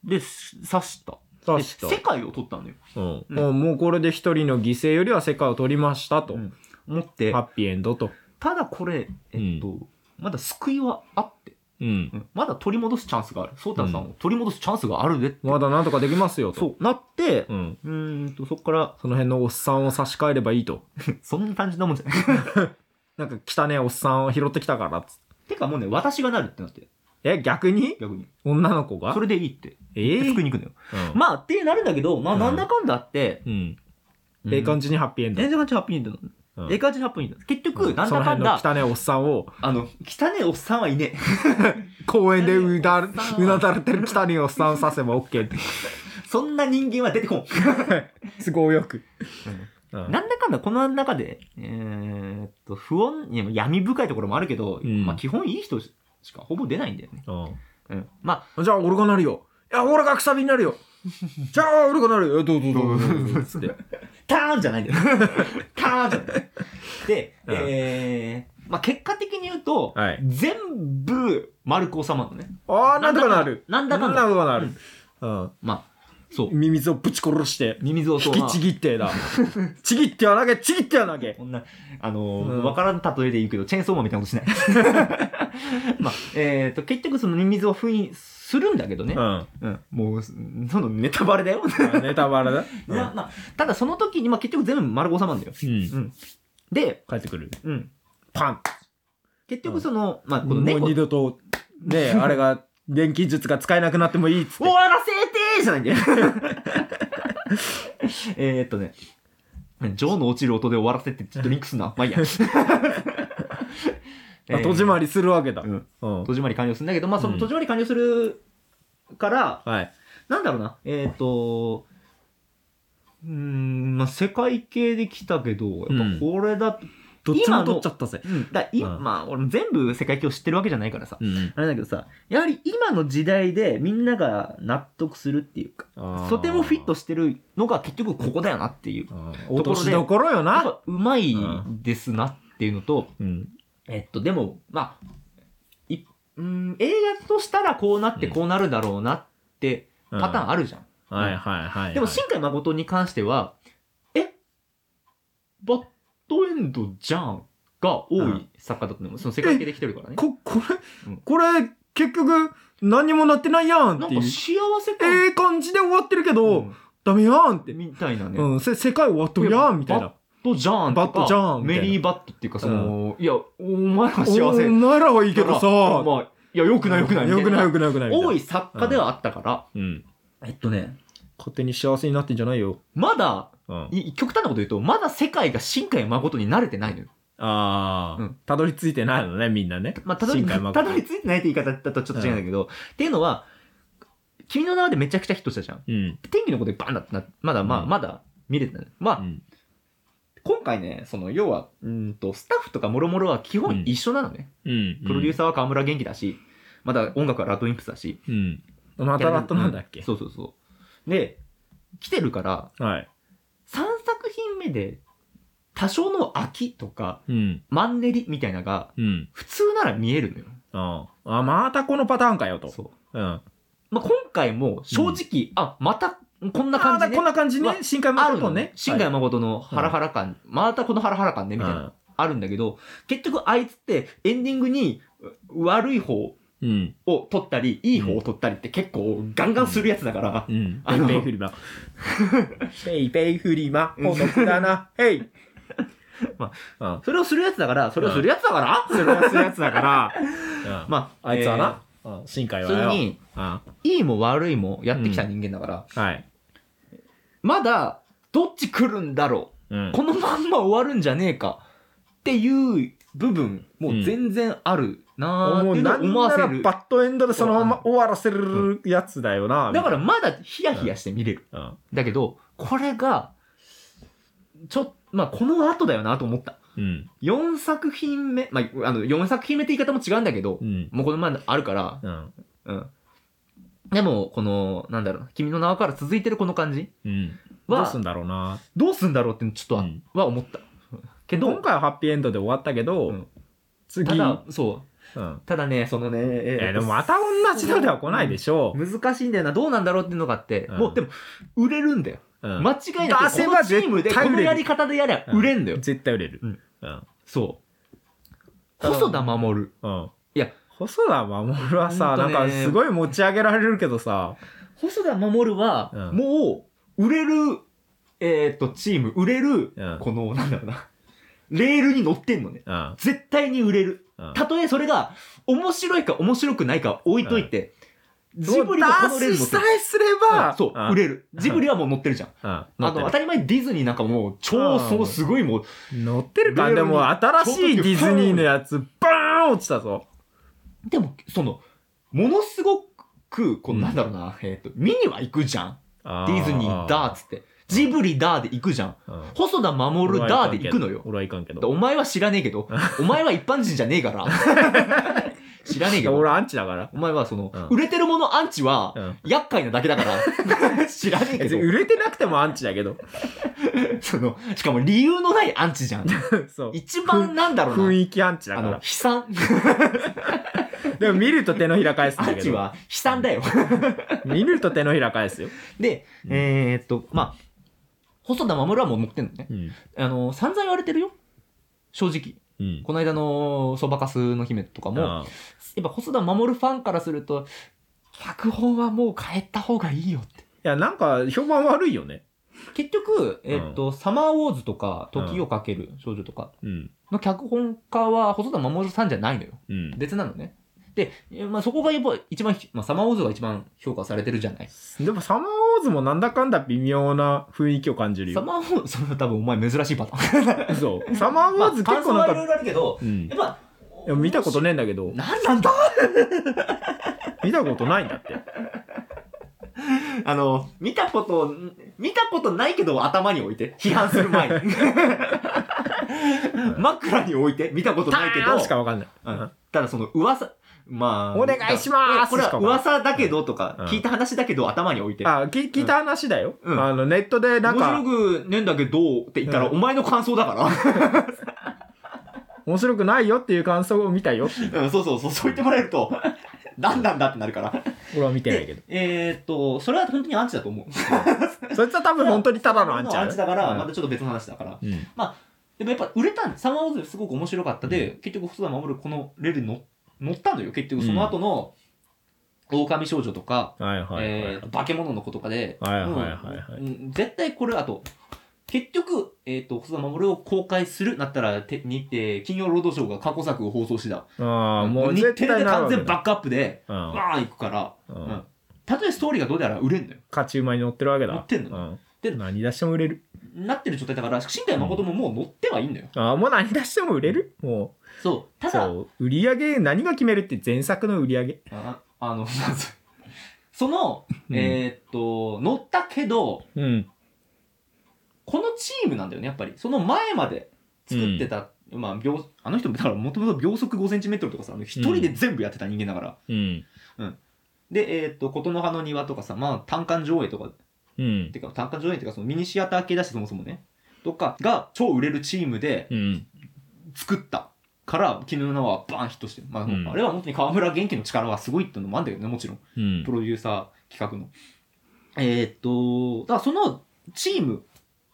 Speaker 1: で、し刺した。
Speaker 2: 刺
Speaker 1: で
Speaker 2: した。
Speaker 1: 世界を取ったのよ。
Speaker 2: うん
Speaker 1: うん
Speaker 2: もうもうこれで一人の犠牲よりは世界を取りましたと。
Speaker 1: うん思って
Speaker 2: ハ、ッピーエンドと。
Speaker 1: ただこれ、えっと、まだ救いはあって、
Speaker 2: うん。
Speaker 1: うんまだ取り戻すチャンスがある。ソータさんを取り戻すチャンスがあるでって。
Speaker 2: まだなんとかできますよと。
Speaker 1: そう、なって、
Speaker 2: う。ん。
Speaker 1: うーんと、そこから、
Speaker 2: その辺のおっさんを差し替えればいいと。
Speaker 1: そんな単純なもんじゃない。
Speaker 2: なんか汚ねえおっさんを拾ってきたからっつって。
Speaker 1: てかもうね、私がなるってなって、
Speaker 2: え、逆に
Speaker 1: 逆に。
Speaker 2: 女の子が
Speaker 1: それでいいって。
Speaker 2: え
Speaker 1: で
Speaker 2: ー
Speaker 1: 救いに行くのよ。
Speaker 2: うん
Speaker 1: まあ、ってなるんだけど、まあ、
Speaker 2: うん
Speaker 1: なんだかんだあって、
Speaker 2: うん。
Speaker 1: うん
Speaker 2: ええ感じにハッピーエンド。
Speaker 1: 全然感じハッピーエンドなの。
Speaker 2: うん
Speaker 1: ええ感じハッピーエンド。結
Speaker 2: う
Speaker 1: 局、
Speaker 2: ん
Speaker 1: なんだかんだ
Speaker 2: そ、の辺の汚ねえおっさんを、
Speaker 1: あの、汚ねえおっ さんはいね
Speaker 2: 公園でうだる
Speaker 1: 汚ねえおっさん、は
Speaker 2: うなだれてる汚ねえおっさんを刺せば OK って。
Speaker 1: え。そんな人間は出てこん。
Speaker 2: 都合よく。うん
Speaker 1: なんだかんだ、この中で、えーっと、不穏、いや闇深いところもあるけど、
Speaker 2: うん
Speaker 1: まあ、基本いい人しかほぼ出ないんだよね。
Speaker 2: うん
Speaker 1: うん。まあ、
Speaker 2: じゃあ俺がなるよ。いや、俺がくさびになるよ。じゃあ俺がなるよ。どうぞどうぞどうぞ。つって。
Speaker 1: ターンじゃないんだよ。 ターンじゃない。で、
Speaker 2: うん
Speaker 1: えー、まあ、結果的に言うと、
Speaker 2: はい
Speaker 1: 全部、丸く収まるのね。
Speaker 2: ああ、なんとかなる。
Speaker 1: なんだかんだ
Speaker 2: なんとかなる。うん。
Speaker 1: まあ、そう。
Speaker 2: ミミズをぶち殺して、
Speaker 1: ミミズをそ
Speaker 2: 引
Speaker 1: う
Speaker 2: きちぎっ てだ。ちぎっては投げ、ちぎっては投げ。
Speaker 1: こんな、あのー
Speaker 2: うん
Speaker 1: わからん例えで言うけど、チェーンソーマンみたいなことしない。 まあ、えっ、と、結局そのミミズを封印するんだけどね。
Speaker 2: うん。
Speaker 1: うん。もう、そのネタバレだよ。
Speaker 2: ネタバレ だ。
Speaker 1: いやまあ、ただその時に、まあ結局全部丸ご収まるんだよ。
Speaker 2: うん。
Speaker 1: うん。で、
Speaker 2: 帰ってくる。
Speaker 1: うん。
Speaker 2: パン
Speaker 1: 結局その、まあ、この
Speaker 2: もう
Speaker 1: 猫、
Speaker 2: 二
Speaker 1: 終
Speaker 2: 度と、 ねあれが、電気術が使えなくなってもいいっつって。
Speaker 1: わらせてーじゃないんだよ。 えーっとね、ジョーの落ちる音で終わらせてってドリンクすんな。まあ いいや。えー
Speaker 2: 戸締まりするわけだ。
Speaker 1: うん
Speaker 2: うん
Speaker 1: 戸締まり完了するんだけど、まあ、その
Speaker 2: うん
Speaker 1: 戸締まり完了するから、
Speaker 2: はい。
Speaker 1: なんだろうな、えっ、と、うーん、まあ、世界系で来たけど、やっぱこれだ、
Speaker 2: どっちも取っちゃったぜ。
Speaker 1: うん、だ今、
Speaker 2: うん
Speaker 1: まあ、俺も全部世界中を知ってるわけじゃないからさ。
Speaker 2: うん。
Speaker 1: あれだけどさ、やはり今の時代でみんなが納得するっていうか、とてもフィットしてるのが結局ここだよなっていう。
Speaker 2: あ
Speaker 1: ところ
Speaker 2: ー。
Speaker 1: で
Speaker 2: 落としどころよ
Speaker 1: やっ
Speaker 2: な。
Speaker 1: ぱうまいですなっていうのと、
Speaker 2: うん。
Speaker 1: えっと、でも、まあ、いうん、映画としたらこうなってこうなるだろうなってパターンあるじゃん。
Speaker 2: ン。はいはいはい。
Speaker 1: でも、新海誠に関しては、えバッドエンドじゃんが多い作家だと思う。その世界系で来てるからね。
Speaker 2: こ、こ
Speaker 1: うん
Speaker 2: れ、これ、結局、何にもなってないやん
Speaker 1: な
Speaker 2: っ
Speaker 1: ん
Speaker 2: て
Speaker 1: か
Speaker 2: いう。
Speaker 1: 幸せ感、
Speaker 2: ええ感じで終わってるけど、
Speaker 1: うん
Speaker 2: ダメやんって。
Speaker 1: みたいなね。
Speaker 2: うん、せ世界終わっとるやんみたいな。
Speaker 1: バッドじゃんとか
Speaker 2: バッドじゃんみた
Speaker 1: メ
Speaker 2: いな
Speaker 1: リーバッドっていうかその、いやお前らが幸
Speaker 2: おお
Speaker 1: せ
Speaker 2: 前らはいいけどさ。
Speaker 1: まあいやよくないよくない
Speaker 2: よくないよ
Speaker 1: み
Speaker 2: くないよくな
Speaker 1: た
Speaker 2: い。
Speaker 1: いな多
Speaker 2: い。
Speaker 1: い作家ではあったから、
Speaker 2: うん。
Speaker 1: えっとね
Speaker 2: 勝手に幸せになってんじゃないよ。
Speaker 1: まだ
Speaker 2: うん。
Speaker 1: い極端なこと言うとまだ世界が新海誠に慣れてないのよ、
Speaker 2: ああ、
Speaker 1: うん
Speaker 2: たどり着いてないのね、みんなね。
Speaker 1: まあ、たどり
Speaker 2: 新海誠
Speaker 1: たどり着いてないって言い方だとちょっと違うんだけど、っていうのは「君の名は」でめちゃくちゃヒットしたじゃん
Speaker 2: うん。
Speaker 1: 天気のことでバンだってなまだまあ、
Speaker 2: うん
Speaker 1: まだ見れてないまあ、
Speaker 2: うん
Speaker 1: 今回ねその要はうんとスタッフとかもろもろは基本一緒なのね、
Speaker 2: うん。
Speaker 1: プロデュー
Speaker 2: ス。
Speaker 1: サーは河村元気だし、まだ音楽はラトインプスだし。
Speaker 2: うん。またラットなんだっけ
Speaker 1: そうそうそう。で、来てるから、
Speaker 2: はい。
Speaker 1: 3作品目で、多少の飽きとか、
Speaker 2: うん。
Speaker 1: マンネリみたいなのが、
Speaker 2: うん。
Speaker 1: 普通なら見えるのよ。
Speaker 2: あーあ、またこのパターンかよと。
Speaker 1: そう。
Speaker 2: うん。
Speaker 1: まあ、今回も、正直、あ、また、こんな
Speaker 2: あ
Speaker 1: 感
Speaker 2: ーだか
Speaker 1: じね
Speaker 2: らこん。な感じ
Speaker 1: ま
Speaker 2: ね。新海
Speaker 1: あ
Speaker 2: 誠
Speaker 1: るの
Speaker 2: の
Speaker 1: ね
Speaker 2: ね。。
Speaker 1: 新海誠のハラハラ感、またこのハラハラ感ね、みたいな、
Speaker 2: は
Speaker 1: あるんだけど、結局あいつってエンディングにう悪い方
Speaker 2: いうん。
Speaker 1: を取ったり、いい方を取ったりって結構ガンガンするやつだから、
Speaker 2: うん。
Speaker 1: あの
Speaker 2: ペイペイフリマ。ペイペイフリマ、お得だな。ヘイ。
Speaker 1: ま
Speaker 2: あ、うん。
Speaker 1: それをするやつだから、それをするやつだから、
Speaker 2: それはするやつだから、ま
Speaker 1: まあ、
Speaker 2: あ、あいつはな、うん新海
Speaker 1: えー。そ
Speaker 2: は
Speaker 1: れ
Speaker 2: よ。
Speaker 1: に、
Speaker 2: うん
Speaker 1: いいも悪いもやってきた人間だから、
Speaker 2: はい。
Speaker 1: まだ、どっち来るんだろ
Speaker 2: うん
Speaker 1: う。このまんま終わるんじゃねえか。っていう部分、もう全然あるなー
Speaker 2: も
Speaker 1: っ
Speaker 2: う
Speaker 1: ていうのを
Speaker 2: な
Speaker 1: 思
Speaker 2: ん
Speaker 1: わ
Speaker 2: な
Speaker 1: せ
Speaker 2: ら
Speaker 1: る。
Speaker 2: バッドエンドでそのまま終わらせるやつだよな。
Speaker 1: だからまだヒヤヒヤして見れる。
Speaker 2: ら、
Speaker 1: だけど、これが、ちょっ、まあ、この後だよなと思った。
Speaker 2: うん。
Speaker 1: 4作品目、まあ、あの、4作品目って言い方も違うんだけど
Speaker 2: う、ん。
Speaker 1: もうこの前のあるから、
Speaker 2: うん。
Speaker 1: うん。でも、この、なんだろうな、君の名はから続いてるこの感じ
Speaker 2: うん。どう
Speaker 1: は
Speaker 2: すん、だろうな。
Speaker 1: どうすんだろうってちょっとは、
Speaker 2: うん
Speaker 1: は思った。け
Speaker 2: 今
Speaker 1: ど、
Speaker 2: 回はハッピーエンドで終わったけ
Speaker 1: う
Speaker 2: ど
Speaker 1: ん、
Speaker 2: 次。
Speaker 1: ただ
Speaker 2: う、
Speaker 1: そう。
Speaker 2: ん。
Speaker 1: ただね、そのね、え
Speaker 2: え
Speaker 1: ー
Speaker 2: ー、でもまた同じのでは来ないでしょ
Speaker 1: 難しいんだよな、どうなんだろうっていうのがあって、
Speaker 2: うん
Speaker 1: もう、でも、売れるんだよ。
Speaker 2: う。うん
Speaker 1: 間違いな
Speaker 2: 出
Speaker 1: く、
Speaker 2: せ
Speaker 1: この
Speaker 2: ば
Speaker 1: チームで、
Speaker 2: 絶対
Speaker 1: こ
Speaker 2: 売れる
Speaker 1: のやり方でやれば
Speaker 2: うん
Speaker 1: 売れんだよ。
Speaker 2: 絶対売れる。
Speaker 1: う
Speaker 2: うんん。
Speaker 1: そう。
Speaker 2: ただ
Speaker 1: 細田守る。
Speaker 2: うん。
Speaker 1: いや、
Speaker 2: 細田守は
Speaker 1: ほ
Speaker 2: さ、
Speaker 1: んと
Speaker 2: なん
Speaker 1: ね
Speaker 2: かすごい持ち上げられるけどさ、
Speaker 1: 細田守るは、
Speaker 2: うん
Speaker 1: もう、売れる、えっ、と、チーム、売れる、
Speaker 2: うん
Speaker 1: この、なんだろうな、レールに乗ってんのね。
Speaker 2: うん。
Speaker 1: 絶対に売れる。
Speaker 2: うん
Speaker 1: たとえそれが、面白いか面白くないかは置いといて、ジブリのこの
Speaker 2: 脱
Speaker 1: レールに乗
Speaker 2: 出
Speaker 1: って
Speaker 2: さ
Speaker 1: る。
Speaker 2: えすれば、
Speaker 1: うんそう、売
Speaker 2: れ、
Speaker 1: れる。ジブリはもう乗ってるじゃん。
Speaker 2: うん。
Speaker 1: あの、当たり前にディズニーなんかもう、超、
Speaker 2: うん
Speaker 1: そのすごいもう、
Speaker 2: 乗ってるか
Speaker 1: レール
Speaker 2: で
Speaker 1: に
Speaker 2: も新しいディズニーのやつバーン落ちたぞ
Speaker 1: でも、その、ものすごく、こう、なんだろうな、えっ、と、見には行くじゃん。
Speaker 2: デ
Speaker 1: ディズニーだっつって。ジブリだで行くじゃん。細田守るだで行くのよ。
Speaker 2: 俺はいかんけど
Speaker 1: お前は知らねえけど、お前は一般人じゃねえから。知らねえけど。
Speaker 2: 俺アンチだから
Speaker 1: お前はその、
Speaker 2: うん
Speaker 1: 売れてるものアンチは、
Speaker 2: うん
Speaker 1: 厄介なだけだ から。知らねえけ
Speaker 2: 別
Speaker 1: ど
Speaker 2: に。売れてなくてもアンチだけど
Speaker 1: その、しかも理由のないアンチじゃん。
Speaker 2: そう
Speaker 1: 一番なんだろう
Speaker 2: 雰
Speaker 1: な。
Speaker 2: 囲気アンチだ
Speaker 1: あ
Speaker 2: か
Speaker 1: の、悲
Speaker 2: ら
Speaker 1: 惨。
Speaker 2: でも見ると手のひら返すん
Speaker 1: ア
Speaker 2: だ
Speaker 1: ン
Speaker 2: け
Speaker 1: チ
Speaker 2: ど
Speaker 1: は悲惨だよ。
Speaker 2: 見ると手のひら返すよ
Speaker 1: で、
Speaker 2: うん
Speaker 1: えーっと、まあ、細田守はもう持ってんのね。
Speaker 2: うん
Speaker 1: あの、散々言われてるよ。正直。
Speaker 2: うん
Speaker 1: この間のそばかすの姫とかも、や
Speaker 2: あ
Speaker 1: っぱ細田守ファンからすると、脚本はもう変えた方がいいよって。
Speaker 2: いやなんか評判悪いよね
Speaker 1: 結局、えーっと、サマーウォーズとか、時をかける少女とか
Speaker 2: うん
Speaker 1: の脚本家は細田守さんじゃないのよ。
Speaker 2: うん
Speaker 1: 別なのね。で、えーまあ、そこがやっぱ一番ひ、まあ、サマーウォーズが一番評価されてるじゃない。
Speaker 2: でもサマーウォーズもなんだかんだ微妙な雰囲気を感じる
Speaker 1: サ
Speaker 2: よ
Speaker 1: マーウォーズ、それは多分お前珍しいパターン。
Speaker 2: そうサマーウォーズ
Speaker 1: まあ
Speaker 2: 結構なん
Speaker 1: 感想はいろい
Speaker 2: か
Speaker 1: ろあるけど、
Speaker 2: うん
Speaker 1: やっぱ、
Speaker 2: いや見たことねえんだけど
Speaker 1: なんなんだ
Speaker 2: 見たことないんだって
Speaker 1: あの、見 たこと、見たことないけど頭に置いて、批判する前に。枕に置いて見たこと
Speaker 2: パ
Speaker 1: ないけ
Speaker 2: ー
Speaker 1: ど
Speaker 2: ンしかわかんない。
Speaker 1: うんただその噂まあ
Speaker 2: お願いします
Speaker 1: これは噂だけどとか
Speaker 2: うん
Speaker 1: 聞いた話だけど頭に置いて
Speaker 2: あ、き聞いた話だよ。
Speaker 1: うん
Speaker 2: あの、ネットでなん
Speaker 1: 面
Speaker 2: か、面
Speaker 1: 白
Speaker 2: 白
Speaker 1: くねえんだけどって言ったら
Speaker 2: う
Speaker 1: お前の感想だか
Speaker 2: くないよっていう感想を見たよっていう。
Speaker 1: らうんそうそうそうそう言ってもらえると 何なんだってなるから
Speaker 2: 俺は見てな いけど。
Speaker 1: えーっとそれは本当にアンチだと思う
Speaker 2: そいつは多分本当にただのアンチ
Speaker 1: アンチだからま
Speaker 2: だ
Speaker 1: たちょっと別の話だから
Speaker 2: うん。
Speaker 1: でもやっぱ売れたんサマーウォーズすごく面白かったで、結局細田守るこのレベルに乗乗ったのよ。結局その後の、狼少女とか、
Speaker 2: はいはいはい
Speaker 1: え。ー、化け物の子とかで、
Speaker 2: はいはいはいはい
Speaker 1: うんうん絶対これ、あと、結局、えっ、と、細田守を公開するなったら、てにえー金曜ロードショーが過去作を放送してた。
Speaker 2: ああ、もう
Speaker 1: 日
Speaker 2: 絶
Speaker 1: テ
Speaker 2: 対
Speaker 1: レで
Speaker 2: なる
Speaker 1: 完
Speaker 2: わけ
Speaker 1: 全バックアップで、
Speaker 2: だ
Speaker 1: わーいくから、
Speaker 2: うん
Speaker 1: う
Speaker 2: うんん。
Speaker 1: たとえストーリーがどうであら売れんのよ。
Speaker 2: 勝ち馬に乗ってるわけだ。
Speaker 1: 乗ってんの
Speaker 2: うん。
Speaker 1: で
Speaker 2: 何出しても売れる。
Speaker 1: なってる状態だから、新海誠ももう乗ってはいいんだよ。
Speaker 2: ああ、もう何出しても売れるも
Speaker 1: そう。
Speaker 2: う。
Speaker 1: ただ、
Speaker 2: そう。売り上げ、何が決めるって前作の売り上げ。
Speaker 1: ああの、ま ずその、
Speaker 2: うん
Speaker 1: えーっと、乗ったけど、
Speaker 2: うん。
Speaker 1: このチームなんだよね、やっぱり。その前まで作ってた、まあ、秒、あの人も、だからもともと秒速5センチメートルとかさ、一人で全部やってた人間だから。
Speaker 2: うん。
Speaker 1: で、えーっと、琴の葉の庭とかさ、まあ、単館上映とか、
Speaker 2: うん。
Speaker 1: てか、単館上映っていうか、そのミニシアター系だし、そもそもね。とかが超売れるチームで
Speaker 2: うん。
Speaker 1: 作ったから、絹の名はバーンヒットしてる。まあ、
Speaker 2: うん
Speaker 1: あれは本当に河村元気の力はすごいってのもあるんだけどね、もちろん。
Speaker 2: うん
Speaker 1: プ。ロデューサー企画の。えーっと、だからそのチーム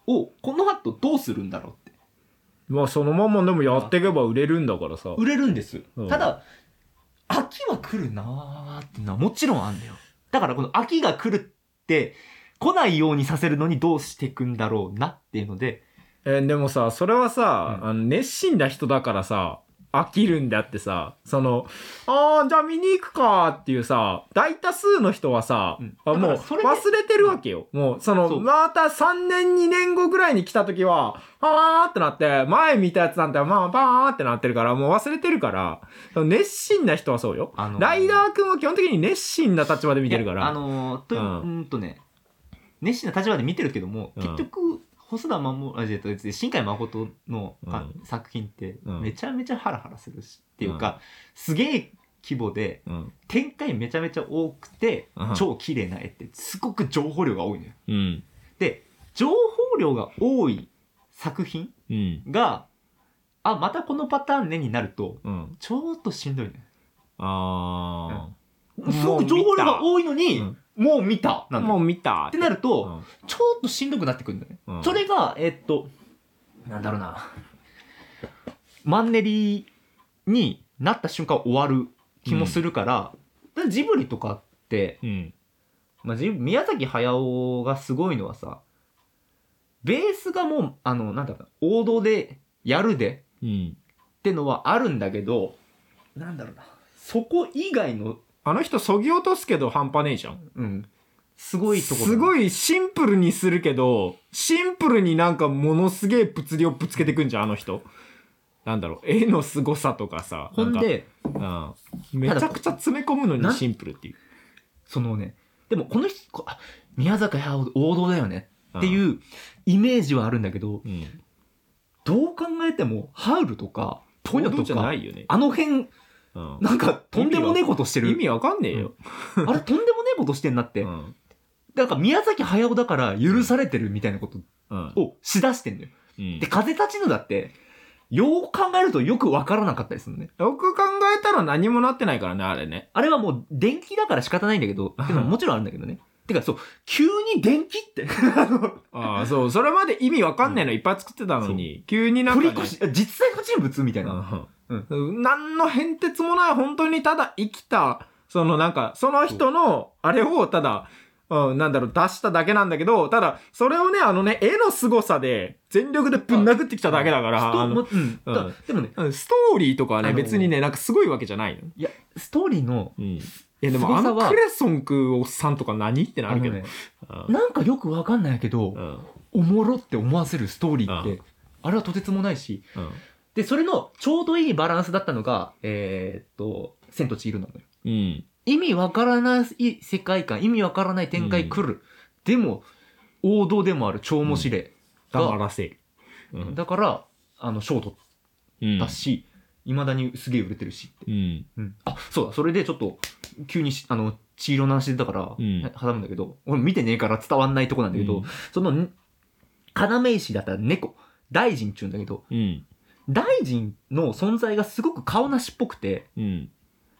Speaker 1: をこの後どうするんだろうって。
Speaker 2: まあそのまんまでもやっていけば売れるんだからさ。
Speaker 1: 売れるんです
Speaker 2: うん。
Speaker 1: ただ、秋は来るなーってのはもちろんあんだよ。だからこの秋が来るって、来ないようにさせるのにどうしていくんだろうなっていうので、
Speaker 2: えーでもさ、それはさ、
Speaker 1: うん
Speaker 2: あの熱心な人だからさ、飽きるんだってさ、その、ああ、じゃあ見に行くかっていうさ、大多数の人はさ、
Speaker 1: うん
Speaker 2: あ
Speaker 1: だか
Speaker 2: もう
Speaker 1: らそれで
Speaker 2: 忘れてるわけよ。もう、その、
Speaker 1: そう
Speaker 2: また3年、2年後ぐらいに来た時は、あーってなって、前見たやつなんて、まあ、バーってなってるから、もう忘れてるから、その熱心な人はそうよ。
Speaker 1: あのー
Speaker 2: ライダー君は基本的に熱心な立場で見てるか
Speaker 1: いやあ
Speaker 2: ら。
Speaker 1: のー、と、う
Speaker 2: うん
Speaker 1: ーんとね、熱心な立場で見てるけども、
Speaker 2: うん
Speaker 1: 結局、細田守、あ、じゃあ別に新海誠のか、作品って、
Speaker 2: うん
Speaker 1: めちゃめちゃハラハラするし、っていうか、すげえ規模で、
Speaker 2: うん。
Speaker 1: 展開めちゃめちゃ多くて、
Speaker 2: うん
Speaker 1: 超綺麗な絵って、すごく情報量が多いのよ。
Speaker 2: うん。
Speaker 1: で、情報量が多い作品
Speaker 2: うん。
Speaker 1: が、あ、またこのパターンねになると、
Speaker 2: うん。
Speaker 1: ちょっとしんどいね。
Speaker 2: あー。
Speaker 1: すごく情報量が
Speaker 2: い。
Speaker 1: 多いのに、
Speaker 2: うん
Speaker 1: もう見たなんだよ
Speaker 2: もう見た。
Speaker 1: ってなると、
Speaker 2: うん
Speaker 1: ちょっとしんどくなってくるんだよね。
Speaker 2: うん
Speaker 1: それが、えっと、なんだろうな。マンネリになった瞬間終わる気もするから、だからジブリとかって、
Speaker 2: うん。
Speaker 1: まあ、ジブ宮崎駿がすごいのはさ、ベースがもう、あの、なんだろうな、王道で、やるで
Speaker 2: うん。
Speaker 1: ってのはあるんだけど、なんだろうな、そこ以外の、
Speaker 2: あの人、そぎ落とすけど半端ねえじゃん。
Speaker 1: うん、すごいところ。
Speaker 2: すごいシンプルにするけど、シンプルになんかものすげえ物量ぶつけてくんじゃん、あの人。なんだろう、絵の凄さとかさ。
Speaker 1: ほん
Speaker 2: な
Speaker 1: で、
Speaker 2: か、うん。めちゃくちゃ詰め込むのに
Speaker 1: な
Speaker 2: シンプルっていう。
Speaker 1: そのね、でもこの人、こあ宮崎駿王道だよね
Speaker 2: うん
Speaker 1: っていうイメージはあるんだけど、
Speaker 2: うん。
Speaker 1: どう考えても、ハウルとか、ポニョ
Speaker 2: 王道
Speaker 1: と
Speaker 2: じゃな
Speaker 1: か、
Speaker 2: いよね。
Speaker 1: あの辺、
Speaker 2: うん。
Speaker 1: なんかとんでもねえことして
Speaker 2: 意
Speaker 1: る。
Speaker 2: 味わかんねえよ。
Speaker 1: あれとんでもねえことしてんなっ
Speaker 2: う
Speaker 1: て。
Speaker 2: ん。
Speaker 1: なんか宮崎駿だから許されてるみたいなこと
Speaker 2: うん。
Speaker 1: をしだしてんのよ。
Speaker 2: うん
Speaker 1: で、風立ちぬだって、よう考えるとよくわからなかったりするのね。
Speaker 2: よく考えたら何もなってないからね、あれね。
Speaker 1: あれはもう電気だから仕方ないんだけど、でももちろんあるんだけどね。てかそう、急に電気って、 あの
Speaker 2: ああ、そう。それまで意味わかんないのいっぱい作ってたのに、急になん
Speaker 1: 振
Speaker 2: か
Speaker 1: り
Speaker 2: ね、
Speaker 1: 越し、実際の人物みたいな。
Speaker 2: うん、何の変哲もない本当にただ生きたそのなんかその人のあれをただうん、なんだろう、出しただけなんだけど、ただ、それをね、あのね、絵の凄さで、全力でぶん殴ってきただけだから、
Speaker 1: 人
Speaker 2: あの
Speaker 1: もうんだ
Speaker 2: うん
Speaker 1: でもね、
Speaker 2: うんストーリーとかはね、
Speaker 1: あの
Speaker 2: 別にね、なんかすごいわけじゃないの。
Speaker 1: いや、ストーリーの、
Speaker 2: うん。いや、でも、
Speaker 1: 凄
Speaker 2: あ
Speaker 1: さ
Speaker 2: の
Speaker 1: は
Speaker 2: クレソン食うおっさんとか何ってな
Speaker 1: あ
Speaker 2: る
Speaker 1: の
Speaker 2: けど。
Speaker 1: ね、なんかよくわかんないけど
Speaker 2: う、ん。
Speaker 1: おもろって思わせるストーリーっ
Speaker 2: う
Speaker 1: て、あれはとてつもないし、
Speaker 2: うん。
Speaker 1: で、それのちょうどいいバランスだったのが、えーっと、千と千尋なのよ。
Speaker 2: うん。
Speaker 1: 意味わからない世界観、意味わからない展開来る。でも、王道でもある、超面白い。
Speaker 2: 黙らせる。う
Speaker 1: が
Speaker 2: ん。
Speaker 1: だから、あの、賞取
Speaker 3: うん
Speaker 1: ったし、未だにすげえ売れてるしって。
Speaker 3: うん。
Speaker 1: うんあ、そうだ、それでちょっと、急にし、あの、血色の話出たから、
Speaker 3: うん
Speaker 1: 挟むんだけど、俺見てねえから伝わんないとこなんだけ
Speaker 3: う
Speaker 1: ど、
Speaker 3: ん
Speaker 1: その、ん要石だったら猫、大臣っちゅうんだけど、
Speaker 3: うん。
Speaker 1: 大臣の存在がすごく顔なしっぽくて、
Speaker 3: うん。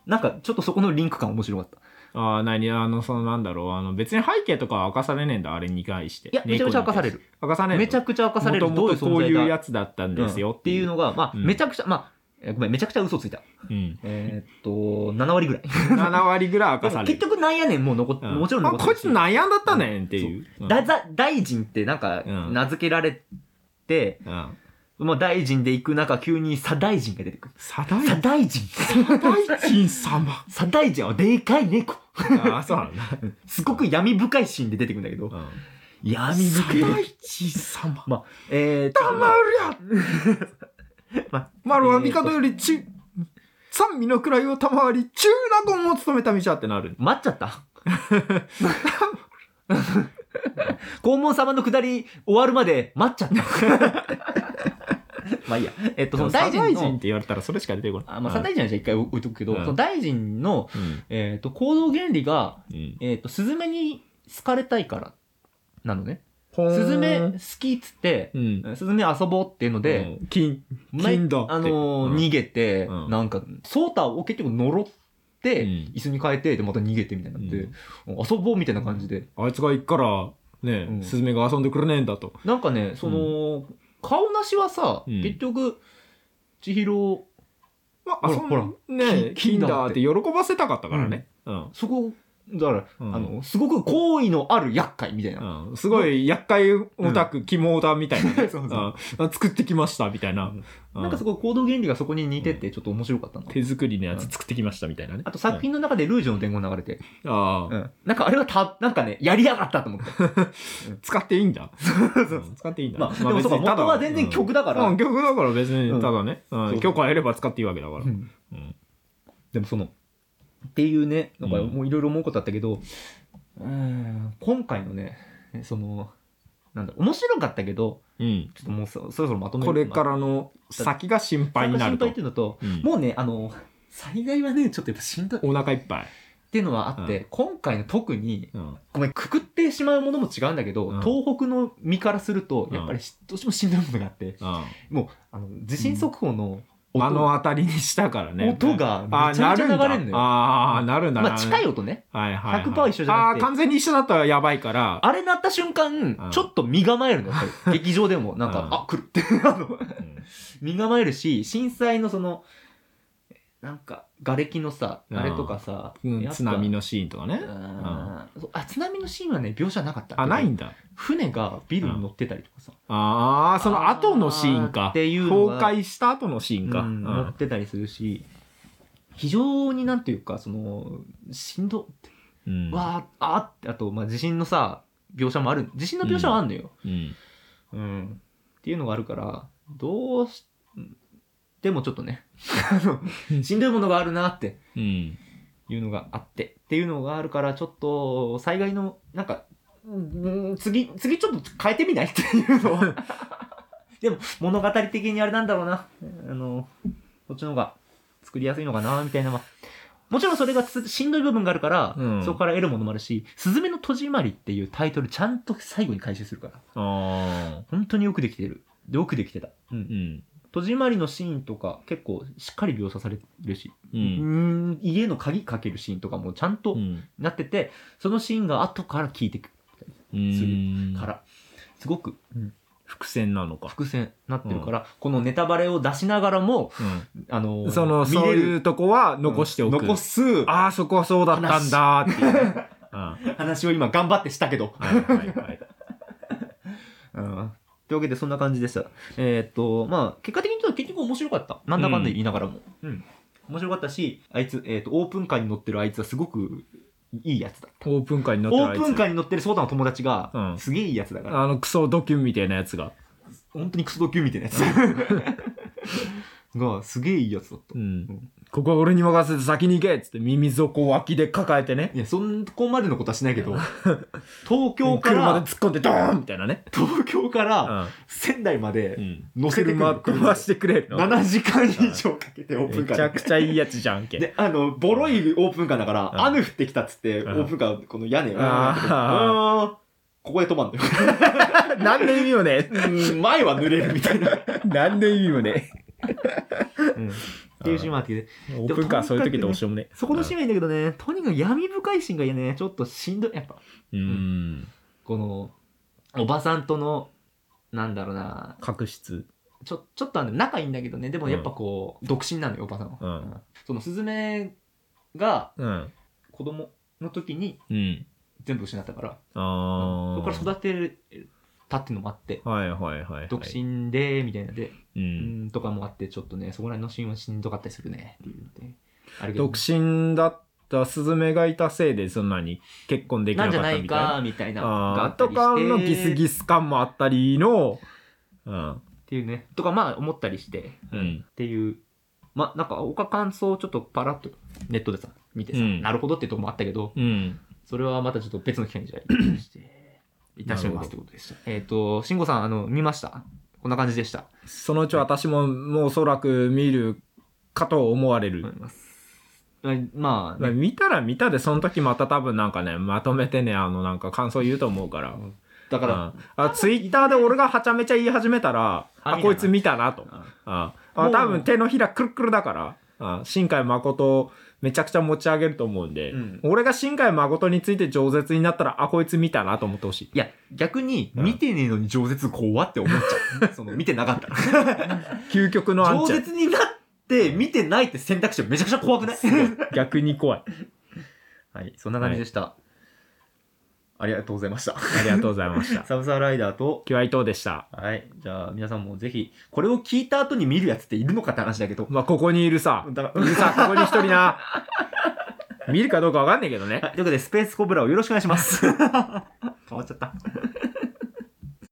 Speaker 1: なんかちょっとそこのリンク感面白かった。
Speaker 2: ああ、何、あの、その、なんだろう、あの、別に背景とかは明かされねえんだ、あれに関して。
Speaker 1: いや、めちゃくちゃ明かされ
Speaker 2: る。
Speaker 1: る。
Speaker 2: 明かされる。
Speaker 1: めちゃくちゃ明かされる。
Speaker 2: もともとこういうや
Speaker 1: つ
Speaker 2: つだったんですよ
Speaker 1: っていう
Speaker 2: の。
Speaker 1: のが、まあ、
Speaker 3: うん
Speaker 1: めちゃくちゃ、まあ、えごめん、めちゃくちゃ嘘ついた。
Speaker 3: うん。
Speaker 1: えーっと、7割ぐらい。
Speaker 2: 7割ぐらい明かされ
Speaker 1: 結
Speaker 2: る。
Speaker 1: 局なんやねん、もう残っ、
Speaker 2: うん
Speaker 1: もちろん
Speaker 2: あ、
Speaker 1: 残って
Speaker 2: こい
Speaker 1: るし
Speaker 2: つ悩んだったねんっていう。うん
Speaker 1: だざ大臣ってなんか
Speaker 2: うん
Speaker 1: 名付けられて、
Speaker 2: うん。
Speaker 1: まあ大臣で行く中急に左大臣が出てくる。
Speaker 2: 左大
Speaker 1: 左大 臣
Speaker 2: 大臣様。
Speaker 1: 左大臣はでかい猫。
Speaker 2: ああ、そうなんだ。
Speaker 1: すごく闇深いシーンで出てくるんだけど。闇
Speaker 2: 左
Speaker 1: 深
Speaker 2: 大
Speaker 1: い。
Speaker 2: 臣様。
Speaker 1: まあ、えーっと、
Speaker 2: 黙りゃ
Speaker 1: ま
Speaker 2: 丸は帝よりち、三味の位を賜り、中納言を務めた道だってなる。
Speaker 1: 待っちゃ った。黄門様の下り終わるまで待っちゃった。まあいいや。えっと、その大
Speaker 2: 左
Speaker 1: 臣
Speaker 2: 大
Speaker 1: の。
Speaker 2: 臣って言われたらそれしか出てこない。
Speaker 1: あまあ、左大臣はじゃあ一回置いとくけど、
Speaker 2: うん
Speaker 1: その大臣の、
Speaker 3: うん。
Speaker 1: えーっと、行動原理が、
Speaker 3: うん。
Speaker 1: えっ、と、スズメに好かれたいからなのね。
Speaker 2: うん
Speaker 1: スズメ好きっつって、
Speaker 3: うん。
Speaker 1: スズメ遊ぼうっていうので、、
Speaker 2: 金、
Speaker 1: ま
Speaker 2: 金だって。
Speaker 1: あのー
Speaker 3: うん
Speaker 1: 逃げて、
Speaker 3: うん
Speaker 1: なんか、ソータを結局呪って、
Speaker 3: うん
Speaker 1: 椅子に変えて、で、また逃げてみたいになって、
Speaker 3: う
Speaker 1: 遊ぼうみたいな感じで。
Speaker 2: あいつが行くから、ね、
Speaker 1: うん
Speaker 2: スズメが遊んでくれねえんだと。
Speaker 1: なんかね、その、顔なしはさ、
Speaker 3: うん
Speaker 1: 結局、千尋、
Speaker 2: ま
Speaker 1: ほら
Speaker 2: そん
Speaker 1: ほら
Speaker 2: ね、
Speaker 1: 金
Speaker 2: 金
Speaker 1: 金
Speaker 2: だ
Speaker 1: だ
Speaker 2: っ
Speaker 1: ってて
Speaker 2: 喜ばせたかったからね。うん。
Speaker 1: そこ、だから、
Speaker 3: うん
Speaker 1: あの、すごく好意のある厄介みたいな。
Speaker 2: うん、すごい厄介オタク、キモオタみたいなね、
Speaker 1: そううん そう
Speaker 2: 作ってきましたみたいな、う
Speaker 1: なんかすごい行動原理がそこに似てて、ちょっと面白かったな。
Speaker 2: 手作りのやつ作ってきましたみたいなね。
Speaker 1: あと作品の中でルージュの伝言流れて、
Speaker 2: うんああ、
Speaker 1: うんなんかあれはた、なんかね、やりやがったと思って。
Speaker 2: 使っていいんだ。うん使っていいんだ。
Speaker 1: まあ、でもそうか、
Speaker 2: 別にただ
Speaker 1: 元は全然曲だから。
Speaker 2: うんうん曲だから別
Speaker 1: う
Speaker 2: に
Speaker 1: ん
Speaker 2: ただね、うん
Speaker 1: そう
Speaker 2: 今日変えれば使っていいわけだから。
Speaker 1: うん
Speaker 3: うん
Speaker 1: でもその、っていうね、なんか
Speaker 3: うん
Speaker 1: もういろいろ思うことあったけど、うーん、今回のね、その、なんだ、面白かったけど、
Speaker 3: うん。
Speaker 1: ちょっともうそそろそろまとめ
Speaker 2: これかららの先が心配になる
Speaker 1: 心
Speaker 2: と
Speaker 1: 配って。いうのと、
Speaker 3: うん
Speaker 1: もうね、あの、災害はね、ちょっとやっぱしんどいっ
Speaker 2: お腹いっぱい。
Speaker 1: ていうのはあって、今回の特に、
Speaker 3: うん。
Speaker 1: ごめん、くくってしまうものも違うんだけど、
Speaker 3: うん
Speaker 1: 東北の身からすると、やっぱ
Speaker 3: うん
Speaker 1: りしどうしてもしんどいものがあって、もう、あの、地震速報の
Speaker 2: うん、
Speaker 1: 音
Speaker 2: 目の当たりにしたからね。
Speaker 1: 音が
Speaker 2: ああ、
Speaker 1: めちゃ
Speaker 2: な
Speaker 1: めちゃ
Speaker 2: るん
Speaker 1: 流
Speaker 2: だ。
Speaker 1: れるのよ。
Speaker 2: ああ、なるんだな。
Speaker 1: まあ近い音ね。
Speaker 2: はいはいはい。
Speaker 1: 100%一緒じゃなくて
Speaker 2: ああ、完全に一緒だったらやばいから。
Speaker 1: あれ鳴った瞬間、ちょっと身構えるのよ。やっぱり劇場でも、なん
Speaker 3: う
Speaker 1: か、
Speaker 3: ん
Speaker 1: あ、来るって。あの 身構えるし、震災のその、なんか、瓦礫のさ、
Speaker 3: うん
Speaker 1: あれとかさ、
Speaker 2: うん
Speaker 1: やっぱ
Speaker 2: 津波。のシーンとかね
Speaker 1: う。んそうあ、津波のシーンはね、描写なかった。
Speaker 2: あ、ないんだ。
Speaker 1: 船がビルに乗ってたりとかさ。
Speaker 2: ああ、その後のシーン
Speaker 1: あ
Speaker 2: か。
Speaker 1: っていうの
Speaker 2: 崩
Speaker 1: が
Speaker 2: 壊した後のシーンか。
Speaker 1: うん
Speaker 2: う
Speaker 1: 乗っ
Speaker 2: ん
Speaker 1: てたりするし、非常になんていうか、その、しんど、
Speaker 3: うん。
Speaker 1: わー、あーって、あと、まあ、地震のさ、描写もある、地震の描写はあるのよ。
Speaker 3: うん。
Speaker 1: うん。っていうのがあるから、どうし、でもちょっとね、 あのしんどいものがあるなって
Speaker 3: うん。
Speaker 1: いうのがあって、っていうのがあるから、ちょっと、災害の、なんか、うん次、次ちょっと変えてみないっていうのは。 でも、物語的にあれなんだろうな。あの、こっちの方が作りやすいのかな、みたいなのは。もちろんそれがつしんどい部分があるから、
Speaker 2: うん
Speaker 1: そこから得るものもあるし、すずめの戸締まりっていうタイトルちゃんと最後に回収するから。
Speaker 3: ああ。
Speaker 1: 本当によくできてる。でよくできてた。うん
Speaker 3: うん。
Speaker 1: 戸締まりのシーンとか結構しっかり描写されるし、
Speaker 3: う。
Speaker 1: うんん家の鍵かけるシーンとかもちゃんと
Speaker 3: うん。
Speaker 1: なってて、そのシーンが後から効いてく
Speaker 3: うん。
Speaker 1: から、すごく
Speaker 3: 伏線なのか。
Speaker 1: 伏線なってるから、このネタバレを出しながらも、
Speaker 3: う
Speaker 1: あのー
Speaker 2: その、そういうとこは残しておく。
Speaker 1: 残す
Speaker 2: ああ、そこはそうだったんだーっていうね。
Speaker 3: ん。は
Speaker 1: 話を今頑張ってしたけど。
Speaker 3: いはいはい。
Speaker 1: うんというわけでそんな感じでした。えーっと、まあ、結果的に言うと結局面白かった。なんだかんだ言いながらも。うん。面白かったし、あいつ、えーっと、オープンカーに乗ってるあいつはすごくいいやつだ。
Speaker 2: オープン会になって
Speaker 1: オ
Speaker 2: るあ
Speaker 1: ー
Speaker 2: いつ
Speaker 1: プンカーに乗ってるソータの友達が、
Speaker 3: うん
Speaker 1: すげえいいやつだから。
Speaker 2: あの、クソドキュンみたいなやつが。
Speaker 1: 本当にクソド級みたいなやつ。が、すげえいいやつだっ
Speaker 3: う
Speaker 1: た。
Speaker 3: ん。
Speaker 2: ここは俺に任せて先に行けっつって耳底を脇で抱えてね。
Speaker 1: いや、そんこまでのことはしないけど、東京か
Speaker 2: 車で
Speaker 1: ら、
Speaker 2: 突っ込んでドーンみたいなね。
Speaker 1: 東京から
Speaker 2: うん
Speaker 1: 仙台まで
Speaker 3: うん。
Speaker 1: 乗せてく
Speaker 2: 車
Speaker 1: る
Speaker 2: 飛ばしてくれるの。
Speaker 1: 7時間以上かけてオープ
Speaker 2: め
Speaker 1: ンカー
Speaker 2: ち
Speaker 1: で
Speaker 2: ゃくちゃいいやつじゃんけ。
Speaker 1: で、あの、ボロいオープンカーだから、
Speaker 2: うん
Speaker 1: 雨降ってきたっつって、オ
Speaker 2: うん
Speaker 1: ープンカー、この屋根が、
Speaker 2: あ
Speaker 1: うーんここで止まんのよ。
Speaker 2: なんで意味もね
Speaker 1: う ーん前は濡れるみたいな。っ
Speaker 2: え。なんで意味もね
Speaker 1: ていうシーンもあってね、
Speaker 2: え。オープンカーそういう時どうしようもねえ。
Speaker 1: そこのシーンはいいんだけどね、とにかく闇深いシーンがね、ちょっとしんどい。やっぱ、
Speaker 3: うん。
Speaker 1: この、おばさんとの、なんだろうな、
Speaker 3: 確執。
Speaker 1: ちょ、ちょっとあの仲いいんだけどね、でもやっぱこう、独身なのよ、おばさんは。
Speaker 3: うん
Speaker 1: その、スズメが
Speaker 3: うん。
Speaker 1: 子供の時に
Speaker 3: うん。
Speaker 1: 全部失ったから、
Speaker 3: あ
Speaker 1: そこ
Speaker 3: あ。
Speaker 1: から育てたっていうのもあって、
Speaker 3: はいはいはいはい。
Speaker 1: 独。身でみたいなで、
Speaker 3: う。
Speaker 1: うんん、とかもあってちょっとねそこら辺のシーンはしんどかったりするねっていうのであれけど
Speaker 2: 独身だったスズメがいたせいで、そんなに結婚でき
Speaker 1: な
Speaker 2: なん
Speaker 1: じ
Speaker 2: か
Speaker 1: ゃ
Speaker 2: っ
Speaker 1: な
Speaker 2: た
Speaker 1: い
Speaker 2: みたいな。
Speaker 1: かみたいながあ
Speaker 2: あ
Speaker 1: っ
Speaker 2: ー
Speaker 1: た
Speaker 2: と
Speaker 1: り
Speaker 2: かのギ
Speaker 1: して
Speaker 2: スギス感もあったりの、
Speaker 3: うん。
Speaker 1: っていうねとかまあ思ったりして、
Speaker 3: う
Speaker 1: っ
Speaker 3: ん。
Speaker 1: ていうまあなんか他感想をちょっとパラッとネットでさ見てさ、
Speaker 3: うん
Speaker 1: なるほどっていうとこもあったけど
Speaker 3: うん。
Speaker 1: それはまたちょっと別の機会にじゃあいしていたしますってことでしたえっ、と慎吾さんあの見ましたこんな感じでした
Speaker 2: そのうち私ももうおそらく見るかと思われる。
Speaker 1: 思いますはいまあ
Speaker 2: まあ
Speaker 1: ね、
Speaker 2: 見たら見たで、その時また多分なんかね、まとめてね、あのなんか感想言うと思うから。
Speaker 1: だから、
Speaker 2: うんあ、ツイッターで俺がはちゃめちゃ言い始めたら、
Speaker 1: あ
Speaker 2: あ、こいつ見たなと。
Speaker 1: あ
Speaker 2: あ
Speaker 1: も
Speaker 2: あ
Speaker 1: う
Speaker 2: 多分手のひらくるくるだから、あ新海誠めちゃくちゃ持ち上げると思うんで、
Speaker 1: うん
Speaker 2: 俺が新海誠について饒舌になったら、あ、こいつ見たなと思ってほしい。
Speaker 1: いや、逆に、
Speaker 2: うん
Speaker 1: 見てねえのに饒舌怖って思っち ゃう。その、見てなかったら。
Speaker 2: 究極のアン
Speaker 1: 饒
Speaker 2: チャ
Speaker 1: 舌になって、見てないって選択肢はめちゃくちゃ怖くない
Speaker 2: 逆に怖い。
Speaker 1: はい、そんな感じでした。ありがとうございました。
Speaker 2: ありがとうございました。
Speaker 1: サブサーライダーと、
Speaker 2: キュアイトーでした。
Speaker 1: はい、じゃあ皆さんもぜひ、これを聞いた後に見るやつっているのかって話だけど。
Speaker 2: まあ、ここにいるさ。
Speaker 1: だ
Speaker 2: いるさ、ここに一人な。見るかどうかわかんないけどね。
Speaker 1: はい、ということで、スペースコブラをよろしくお願いします。変わっちゃった。